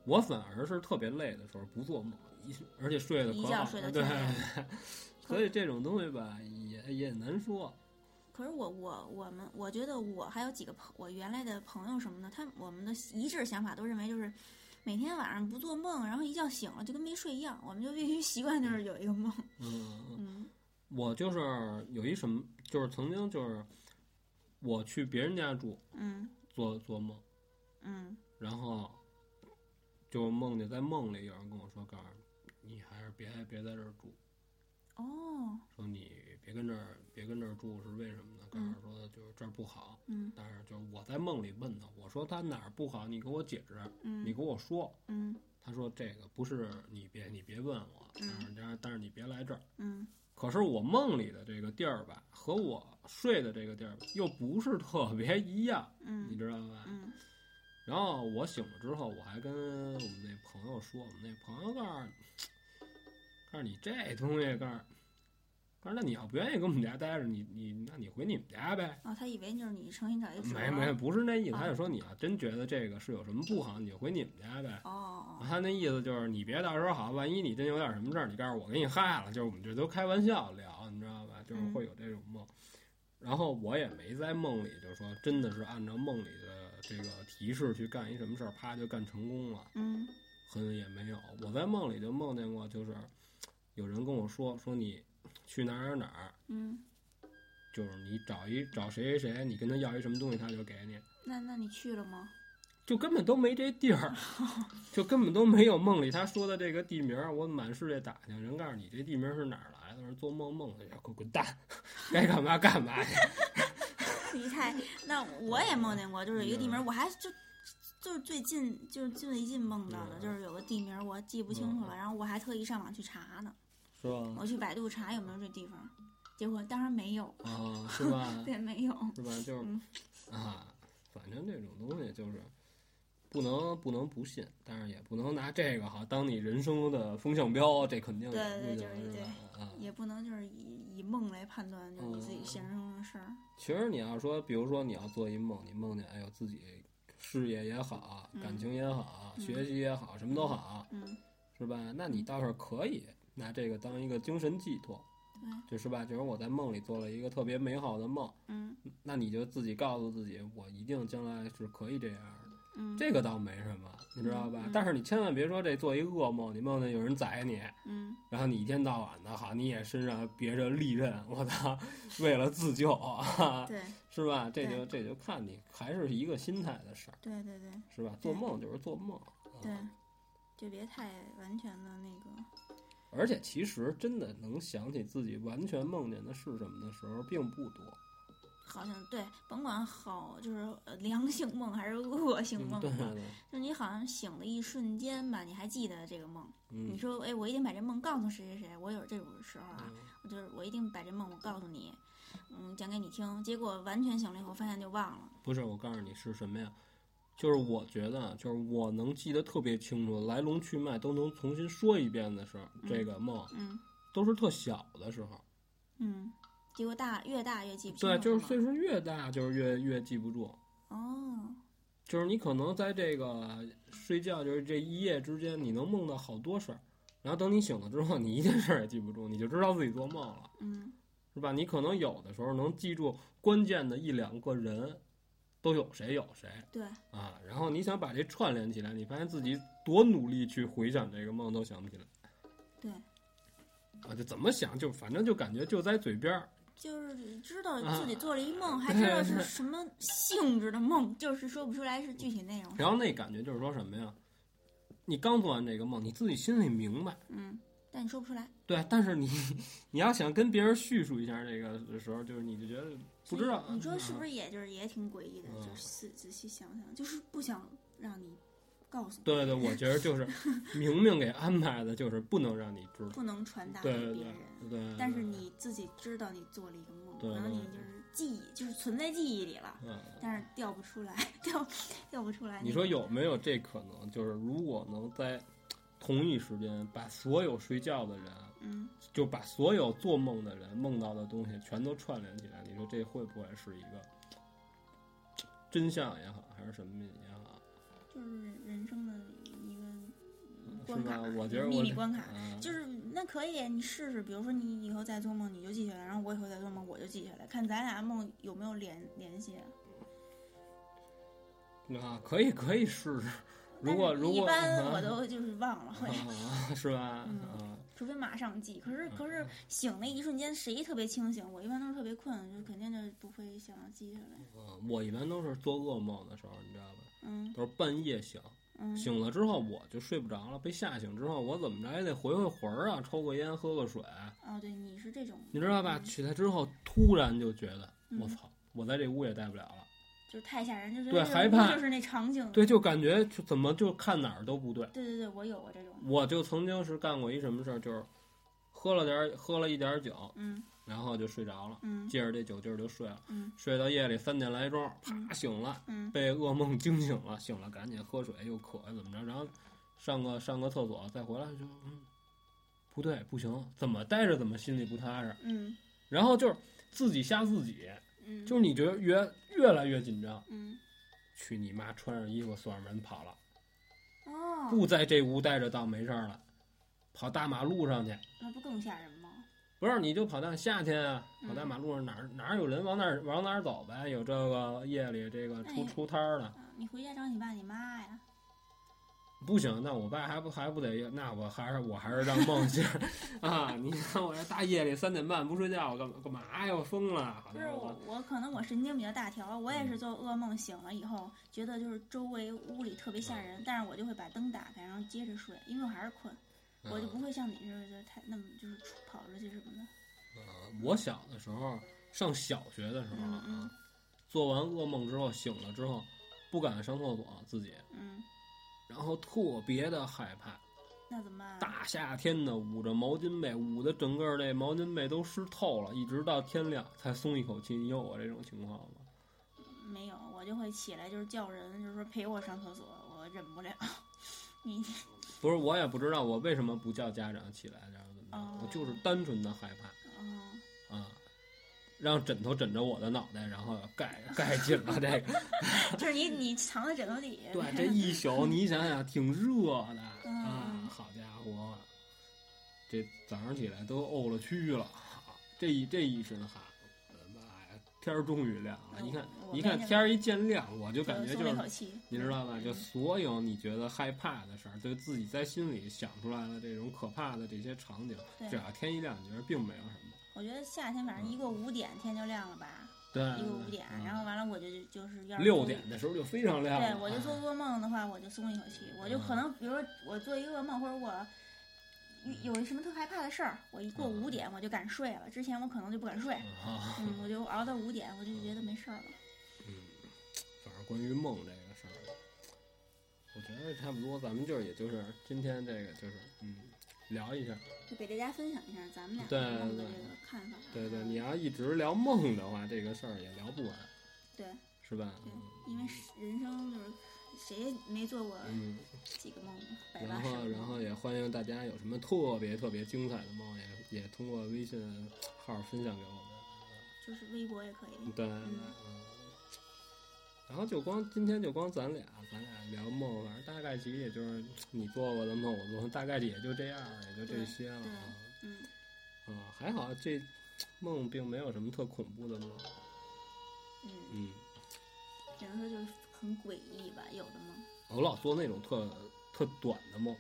B: 我反而是特别累的时候不做梦，一而且睡得可
A: 一
B: 好
A: 觉
B: 了，
A: 睡到
B: 对
A: 天。亮。
B: 所以这种东西吧，也也难说。
A: 可是我我我们我觉得我还有几个朋我原来的朋友什么的，他我们的一致想法都认为就是每天晚上不做梦，然后一觉醒了就跟没睡一样，我们就必须习惯就是有一个 梦。
B: 嗯，
A: 嗯
B: 我就是有一什么，就是曾经就是我去别人家住
A: 嗯
B: 做做梦，
A: 嗯
B: 然后就梦见在梦里有人跟我说：“告诉你，你还是别别在这儿住，
A: 哦
B: 说你别跟这儿别跟这儿住是为什么呢？”告
A: 嗯
B: 诉说就是这儿不好，
A: 嗯
B: 但是就是我在梦里问他，我说他哪儿不好，你给我解释，
A: 嗯
B: 你给我说。
A: 嗯
B: 他说这个不是你别你别问我，
A: 嗯
B: 但是但是但是你别来这儿。
A: 嗯
B: 可是我梦里的这个地儿吧，和我睡的这个地儿吧又不是特别一样，你
A: 嗯
B: 知道吧？
A: 嗯
B: 然后我醒了之后，我还跟我们那朋友说，我们那朋友告诉你，告诉你这东西，告诉，告诉那你要不愿意跟我们家待着，你你那你回你们家呗。
A: 哦，他以为就是你重新找一纸
B: 没
A: 包
B: 没，不是那意思，
A: 啊
B: 他就说你要真觉得这个是有什么不好，你就回你们家呗。
A: 哦哦
B: 他那意思就是你别到时候好，万一你真有点什么事儿，你告诉我给你害了，就是我们这都开玩笑聊，你知道吧？就是会有这种梦。然后我也没在梦里，就是说真的是按照梦里的这个提示去干一什么事儿，啪就干成功了，
A: 嗯
B: 很也没有。我在梦里就梦见过，就是有人跟我说说你去哪儿哪儿哪儿，
A: 嗯，
B: 就是你找一找谁谁谁，你跟他要一什么东西，他就给你。
A: 那那你去了吗？
B: 就根本都没这地儿，就根本都没有梦里他说的这个地名儿。我满世界打听，人告诉你这地名儿是哪儿来的，我说做梦梦的，给我滚蛋， 该干嘛干嘛去。
A: 你太那我也梦见过，就是有一个地名
B: 嗯
A: 儿，我还就就是最近就是最近梦到的，
B: 嗯
A: 就是有个地名儿我记不清楚了，然后我还特意上网去查呢，
B: 是吧？
A: 我去百度查有没有这地方，结果当然没有，
B: 啊，是吧？
A: 对，没有，
B: 是吧？就是
A: 嗯
B: 啊，反正这种东西就是不能不能不信，但是也不能拿这个哈当你人生的风向标，这肯定也
A: 对对
B: 不
A: 就是
B: 行，是吧？啊，
A: 也不能就是以以梦来判断，就是你自己现
B: 嗯
A: 实中的事儿，
B: 其实你要说，比如说你要做一梦，你梦见哎呦自己事业也好，
A: 嗯
B: 感情也好，
A: 嗯
B: 学习也好，什么都好，
A: 嗯，
B: 是吧？那你倒是可以拿这个当一个精神寄托，
A: 对，
B: 就是吧？就是我在梦里做了一个特别美好的梦，
A: 嗯
B: 那你就自己告诉自己，我一定将来是可以这样的，
A: 嗯，
B: 这个倒没什么，你知道吧？
A: 嗯嗯
B: 但是你千万别说这做一噩梦，你梦见有人宰你，
A: 嗯
B: 然后你一天到晚的好，你也身上别着利刃，我操，为了自救啊。
A: 对
B: 是吧？这就这就看你还是一个心态的事儿，
A: 对对对
B: 是吧？做梦就是做梦，啊
A: 对，就别太完全的那个，
B: 而且其实真的能想起自己完全梦见的是什么的时候并不多，
A: 好像对，甭管好就是呃良性梦还是恶性
B: 嗯
A: 梦
B: 对
A: 吧。
B: 对，
A: 就你好像醒的一瞬间吧，你还记得这个梦。你
B: 嗯，
A: 说，哎，我一定把这梦告诉谁谁谁。我有这种时候啊，
B: 嗯
A: 我就是我一定把这梦我告诉你，嗯，讲给你听。结果完全醒了以后，发现就忘了。
B: 不是，我告诉你是什么呀？就是我觉得啊，就是我能记得特别清楚，来龙去脉都能重新说一遍的时候，
A: 嗯
B: 这个梦
A: 嗯
B: 都是特小的时候。
A: 嗯，结果大越大越记不清
B: 对，啊
A: 楚
B: 就是
A: 嘛
B: 岁数越大，就是越越记不住。
A: 哦，
B: 就是你可能在这个睡觉，就是这一夜之间，你能梦到好多事儿，然后等你醒了之后，你一件事儿也记不住，你就知道自己做梦了，
A: 嗯
B: 是吧？你可能有的时候能记住关键的一两个人，都有谁有谁
A: 对，
B: 啊，然后你想把这串联起来，你发现自己多努力去回想这个梦都想不起来，
A: 对，
B: 啊，就怎么想就反正就感觉就在嘴边儿，
A: 就是知道
B: 啊
A: 自己做了一梦，还
B: 对
A: 知道
B: 对
A: 是什么性质的梦，就是说不出来是具体内容。
B: 然后那感觉就是说什么呀？你刚做完这个梦，你自己心里明白。
A: 嗯，但你说不出来。
B: 对，但是你你要想跟别人叙述一下这个的时候，就是你就觉得不知道，
A: 你说是不
B: 是？
A: 是也就是也挺诡异的？
B: 嗯
A: 就是仔仔细想想，就是不想让你告诉你，
B: 对对，我觉得就是明明给安排的，就是不能让你知道。
A: 不能传达给
B: 对对
A: 别
B: 对
A: 人。
B: 对对，
A: 但是你自己知道你做了一个梦，
B: 对
A: 然后
B: 对
A: 你就是记忆，就是存在记忆里了，
B: 嗯，
A: 但是调不出来，调调不出来那个。
B: 你说有没有这可能？就是如果能在同一时间把所有睡觉的人，
A: 嗯，
B: 就把所有做梦的人梦到的东西全都串联起来，你说这会不会是一个真相也好，还是什么也好？
A: 就是人生的一个
B: 是
A: 关
B: 吧
A: 卡？，
B: 我觉得
A: 秘
B: 我
A: 密关卡。
B: 嗯
A: 就是那可以，你试试，比如说你以后再做梦你就记下来，然后我以后再做梦我就记下来，看咱俩梦有没有联联系。
B: 啊，可以可以试试。如果
A: 但是
B: 如果
A: 一般
B: 啊
A: 我都就是忘了，会、
B: 啊是吧？
A: 嗯
B: 啊，
A: 除非马上记。可是
B: 嗯
A: 可是醒那一瞬间，谁特别清醒？我一般都是特别困，就肯定就不会想要记下来。
B: 嗯我一般都是做噩梦的时候，你知道吧？
A: 嗯
B: 都是半夜醒，
A: 嗯，
B: 醒了之后我就睡不着了，被吓醒之后，我怎么着也得回回魂儿啊，抽个烟，喝个水，
A: 哦，对，你是这种，
B: 你知道吧？
A: 嗯
B: 起来之后，突然就觉得
A: 嗯
B: 我操，我在这屋也待不了了，
A: 就是太吓人，就觉
B: 对
A: 得
B: 害
A: 那
B: 怕
A: 个就是那场景。
B: 对，就感觉就怎么就看哪儿都不对。
A: 对对对，我有啊过这种。
B: 我就曾经是干过一什么事儿，就是喝了点儿喝了一点儿酒，
A: 嗯
B: 然后就睡着了，
A: 嗯
B: 借着这酒劲儿就睡了，
A: 嗯
B: 睡到夜里三点来钟，啪醒了，
A: 嗯
B: 被噩梦惊醒了，醒了赶紧喝水，又渴又怎么着，然后上个上个厕所，再回来就嗯，不对，不行，怎么待着怎么心里不踏实，
A: 嗯
B: 然后就是自己吓自己，
A: 嗯，
B: 就是你觉得越越来越紧张，
A: 嗯
B: 去你妈，穿上衣服锁上门跑了，
A: 哦，
B: 不在这屋待着当没事儿了，跑大马路上去，
A: 那不更吓人吗？
B: 不是你就跑到夏天啊，
A: 嗯
B: 跑大马路上哪儿哪儿有人往哪儿往哪儿走呗，有这个夜里这个出
A: 哎
B: 出摊儿的。
A: 啊，你回家找你爸你妈呀。
B: 不行，那我爸还不还不得，那我还是我还是让梦醒 啊！你看我这大夜里三点半不睡觉，我干嘛干嘛呀？我疯了！好
A: 就
B: 像
A: 是我，我可能我神经比较大条，我
B: 嗯
A: 也是做噩梦醒了以后，觉得就是周围屋里特别吓
B: 嗯
A: 人，但是我就会把灯打开，然后接着睡，因为我还是困，
B: 嗯
A: 我就不会像你似的就太那么就是出跑出去什么的。
B: 嗯我小的时候上小学的时候
A: 嗯
B: 啊，
A: 嗯
B: 做完噩梦之后醒了之后，不敢上厕所自己，
A: 嗯，
B: 然后特别的害怕，
A: 那怎么办啊？
B: 大夏天的捂着毛巾被，捂的整个这毛巾被都湿透了，一直到天亮才松一口气。你有我这种情况吗？
A: 没有，我就会起来就是叫人，就是说陪我上厕所，我忍不了。你
B: 不是，我也不知道我为什么不叫家长起来，然后怎么着，
A: 哦
B: 我就是单纯的害怕。
A: 嗯，
B: 啊，让枕头枕着我的脑袋，然后盖盖紧了这个。
A: 就是你你藏在枕头 底下。
B: 对，这一宿你想想挺热的啊
A: 嗯，
B: 好家伙，这早上起来都怄了蛆了，好这一这一身汗，我的妈呀，天儿终于亮了。
A: 那
B: 一看
A: 嗯我我
B: 一
A: 被
B: 看
A: 那
B: 天儿一渐亮，我就
A: 就
B: 感觉
A: 松
B: 就
A: 了一
B: 是
A: 口气，
B: 你知道吧？
A: 嗯
B: 就所有你觉得害怕的事儿，就自己在心里想出来的这种可怕的这些场景，
A: 对
B: 只要天一亮，你觉得并没有什么。
A: 我觉得夏天晚上一过五点天就亮了吧，
B: 对，
A: 一过五点，
B: 嗯
A: 然后完了我就就是要是
B: 六
A: 做
B: 点的时候就非常亮了。嗯啊
A: 对，我就做噩梦的话，我就松一口气，我就可能，比如说我做一个噩梦，或者我有有一什么特害怕的事儿，我一过
B: 嗯
A: 五点我就敢睡了，之前我可能就不敢睡，
B: 啊，
A: 嗯，我就熬到五点，我就觉得没事儿了。
B: 嗯，反正关于梦这个事儿，我觉得差不多，咱们就是也就是今天这个就是嗯聊一下。
A: 就给大家分享一下咱们俩
B: 对
A: 对梦的
B: 对
A: 这个看法。啊
B: 对对，你要一直聊梦的话，这个事儿也聊不完，
A: 对
B: 是吧？
A: 对，因为人生就是谁没做过
B: 嗯，
A: 几个梦，百
B: 然
A: 八十
B: 后
A: 个
B: 然
A: 梦。
B: 后也欢迎大家有什么特别特别精彩的梦，也也通过微信号分享给我们。
A: 就是微博也可以。
B: 对，嗯然后就光今天就光咱俩，咱俩聊梦，反正大概其实也就是你做过的梦，我做过，大概也就这样，也就这些了。
A: 对
B: 啊
A: 嗯，
B: 啊，还好这梦并没有什么特恐怖的梦。
A: 嗯，
B: 嗯，
A: 只能说就是很诡异吧，有的梦
B: 我老做那种特特短的梦，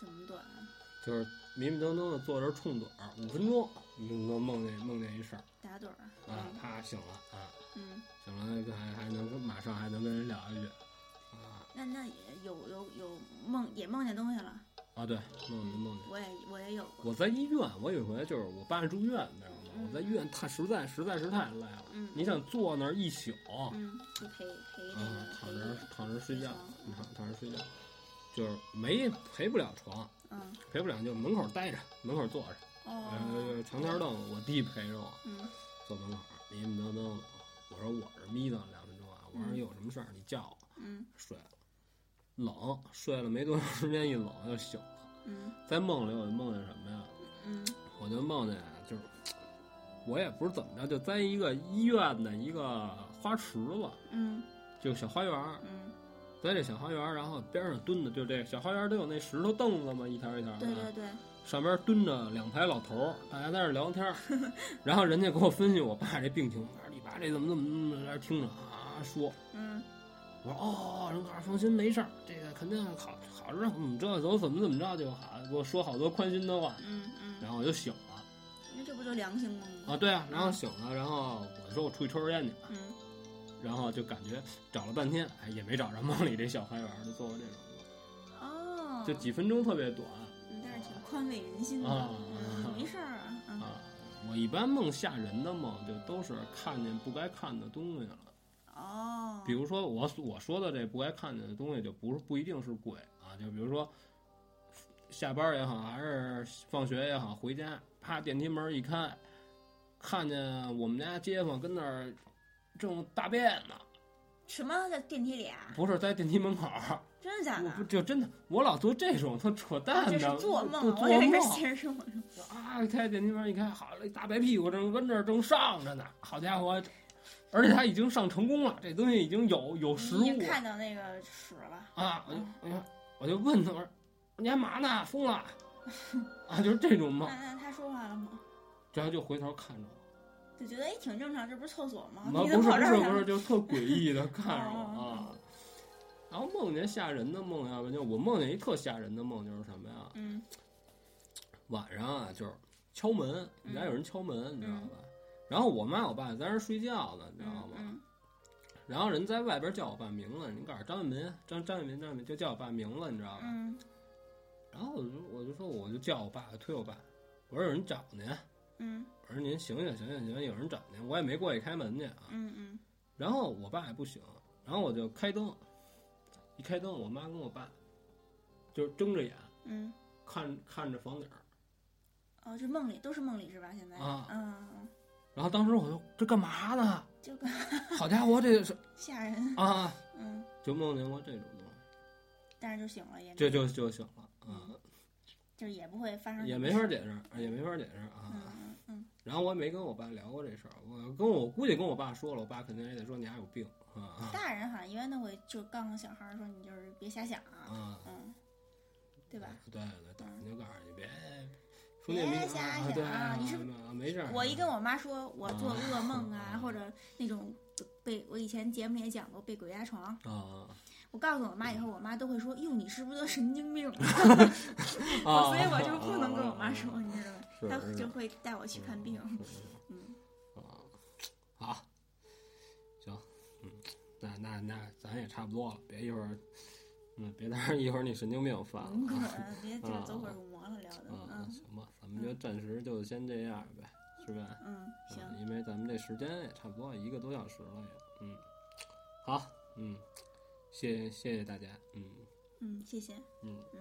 A: 怎么短啊？
B: 就是迷迷瞪瞪的坐这儿冲盹儿五分钟，你能梦见梦见一事儿
A: 打盹儿啊？
B: 啊，
A: 嗯
B: 啪醒了啊，
A: 嗯，
B: 醒了还还能跟马上还能跟人聊一句啊
A: 那那也有有有梦也梦见东西了，
B: 啊，对，梦见梦见。
A: 我也我也有过。
B: 我在医院，我有一回就是我爸住院，你知道吗？
A: 嗯
B: 我在医院，他实在实在是太累了。
A: 嗯
B: 你想坐那儿一宿，
A: 嗯，就陪陪那
B: 啊
A: 个，陪
B: 躺着躺着睡觉
A: 嗯，
B: 躺躺着睡觉，就是没陪不了床，
A: 嗯
B: 陪不了就门口待着，门口坐着，
A: 哦
B: 呃，长条凳，我弟陪着我
A: 嗯
B: 坐门口，迷迷瞪瞪的。我说我这眯瞪两分钟啊，我说
A: 嗯
B: 有什么事儿你叫我，
A: 嗯
B: 睡了，冷，睡了没多长时间，一冷就醒了。
A: 嗯
B: 在梦里我就梦见什么呀？
A: 嗯
B: 我就梦见啊，就是我也不是怎么着，就在一个医院的一个花池子，
A: 嗯
B: 就小花园儿，
A: 嗯，
B: 在这小花园儿，然后边上蹲着，就这小花园儿都有那石头凳子嘛，一条一条的，啊
A: 对对对，
B: 上边蹲着两排老头儿，大家在那儿聊天 儿，然后人家给我分析我爸这病情，我说你爸这怎么怎么怎么，在那儿听着啊说。
A: 嗯
B: 我说哦，人告诉放心，没事儿，这个肯定好好着呢，我们这走怎么怎么着就好，给我说好多宽心的话，
A: 嗯嗯，
B: 然后我就醒了。
A: 那这不就良性梦吗？
B: 啊，对啊，然后醒了，然后我说我出去抽根烟去，
A: 嗯
B: 然后就感觉找了半天，哎，也没找着梦里这小花园儿，就做过这种，
A: 哦，
B: 就几分钟特别短
A: 嗯但是挺宽慰人心的，
B: 啊
A: 嗯没事儿啊，嗯
B: 啊。我一般梦吓人的梦，就都是看见不该看的东西了，
A: 哦，
B: 比如说我所我说的这不该看见的东西，就不是不一定是鬼啊，就比如说下班也好，还是放学也好，回家啪电梯门一开，看见我们家街坊跟那儿正大便呢，
A: 什么在电梯里啊？
B: 不是在电梯门口儿，
A: 真的假
B: 我
A: 的？
B: 不就真的我老做这种他扯
A: 啊
B: 淡
A: 这
B: 的，
A: 是做
B: 就
A: 梦，
B: 做
A: 我以为是
B: 梦
A: 现实生活中。
B: 啊！开电梯门一开，好嘞，大白屁股正跟这儿正上着呢，好家伙！而且他已经上成功了，这东西已经有有实
A: 你已
B: 物
A: 经看到那个屎了，
B: 啊！我就我就我就问他，我说你干嘛呢？疯了？ 啊，就是这种
A: 那
B: 梦，
A: 那他说话了吗？
B: 然后就回头看着我，
A: 就觉得哎挺正常，这不是厕所吗？
B: 啊
A: 你
B: 不
A: 怎么
B: 是
A: 跑
B: 不
A: 这
B: 是
A: 儿
B: 不
A: 来
B: 是，
A: 了？
B: 就是特诡异的看着我
A: 哦
B: 啊。然后梦见吓人的梦要不就我梦见一特吓人的梦就是什么呀？
A: 嗯
B: 晚上啊，就是敲门，你家有人敲门，你知道
A: 嗯
B: 吧？然后我妈我爸在那儿睡觉呢，你知道
A: 嗯
B: 吗？
A: 嗯，
B: 然后人在外边叫我爸名字，你告诉张建民，张张建民，张建民就叫我爸名字，你知道吧？
A: 嗯
B: 然后我就我就说我就叫我爸，推我爸，我说有人找您，
A: 嗯
B: 我说您醒醒醒醒醒，有人找您，我也没过去开门去啊。
A: 嗯嗯
B: 然后我爸也不醒，然后我就开灯，一开灯，我妈跟我爸就是睁着眼
A: 嗯，
B: 看看着房顶儿，
A: 哦，这梦里都是梦里是吧？现在
B: 啊
A: 嗯，
B: 然后当时我就这干嘛呢？
A: 就个
B: 好家伙，这是
A: 吓人，
B: 啊！
A: 嗯，
B: 就梦见过这种东西，
A: 但是就醒了也没
B: 这就就醒了啊，
A: 就是也不会发生什么事，
B: 也没法解释，也没法解释
A: 嗯
B: 啊。
A: 嗯嗯，
B: 然后我也没跟我爸聊过这事儿，我跟我估计跟我爸说了，我爸肯定也得说你还有病啊
A: 大人好像一般都会就告诉小孩儿说你就是别瞎想啊，
B: 啊，
A: 嗯，对吧？？
B: 对对，大人就告诉你别说
A: 别
B: 那逼
A: 瞎
B: 啊，
A: 想
B: 对
A: 啊你是
B: 啊没事儿。
A: 我一跟我妈说，我做
B: 啊
A: 噩梦啊，
B: 啊
A: 或者那种被我以前节目里也讲过被鬼压床，
B: 啊
A: 我告诉我妈以后，我妈都会说：“哟，你是不是得神经病啊？”
B: 啊，
A: 所以我就不能跟我妈说，你知道吗？
B: 是
A: 她
B: 是
A: 就会带我去看病。嗯，
B: 啊，好，行，嗯，那那那咱也差不多了，别一会儿，嗯，别到时候一会儿你神经病犯了。
A: 滚滚，别就是
B: 啊
A: 走火入魔了，聊的。
B: 啊，
A: 嗯
B: 行吧，咱们就暂时就先这样呗，是吧？
A: 嗯，
B: 啊
A: 行，
B: 因为咱们这时间也差不多一个多小时了也，嗯，好，嗯，谢谢谢大家，嗯
A: 嗯，谢谢。
B: 嗯
A: 嗯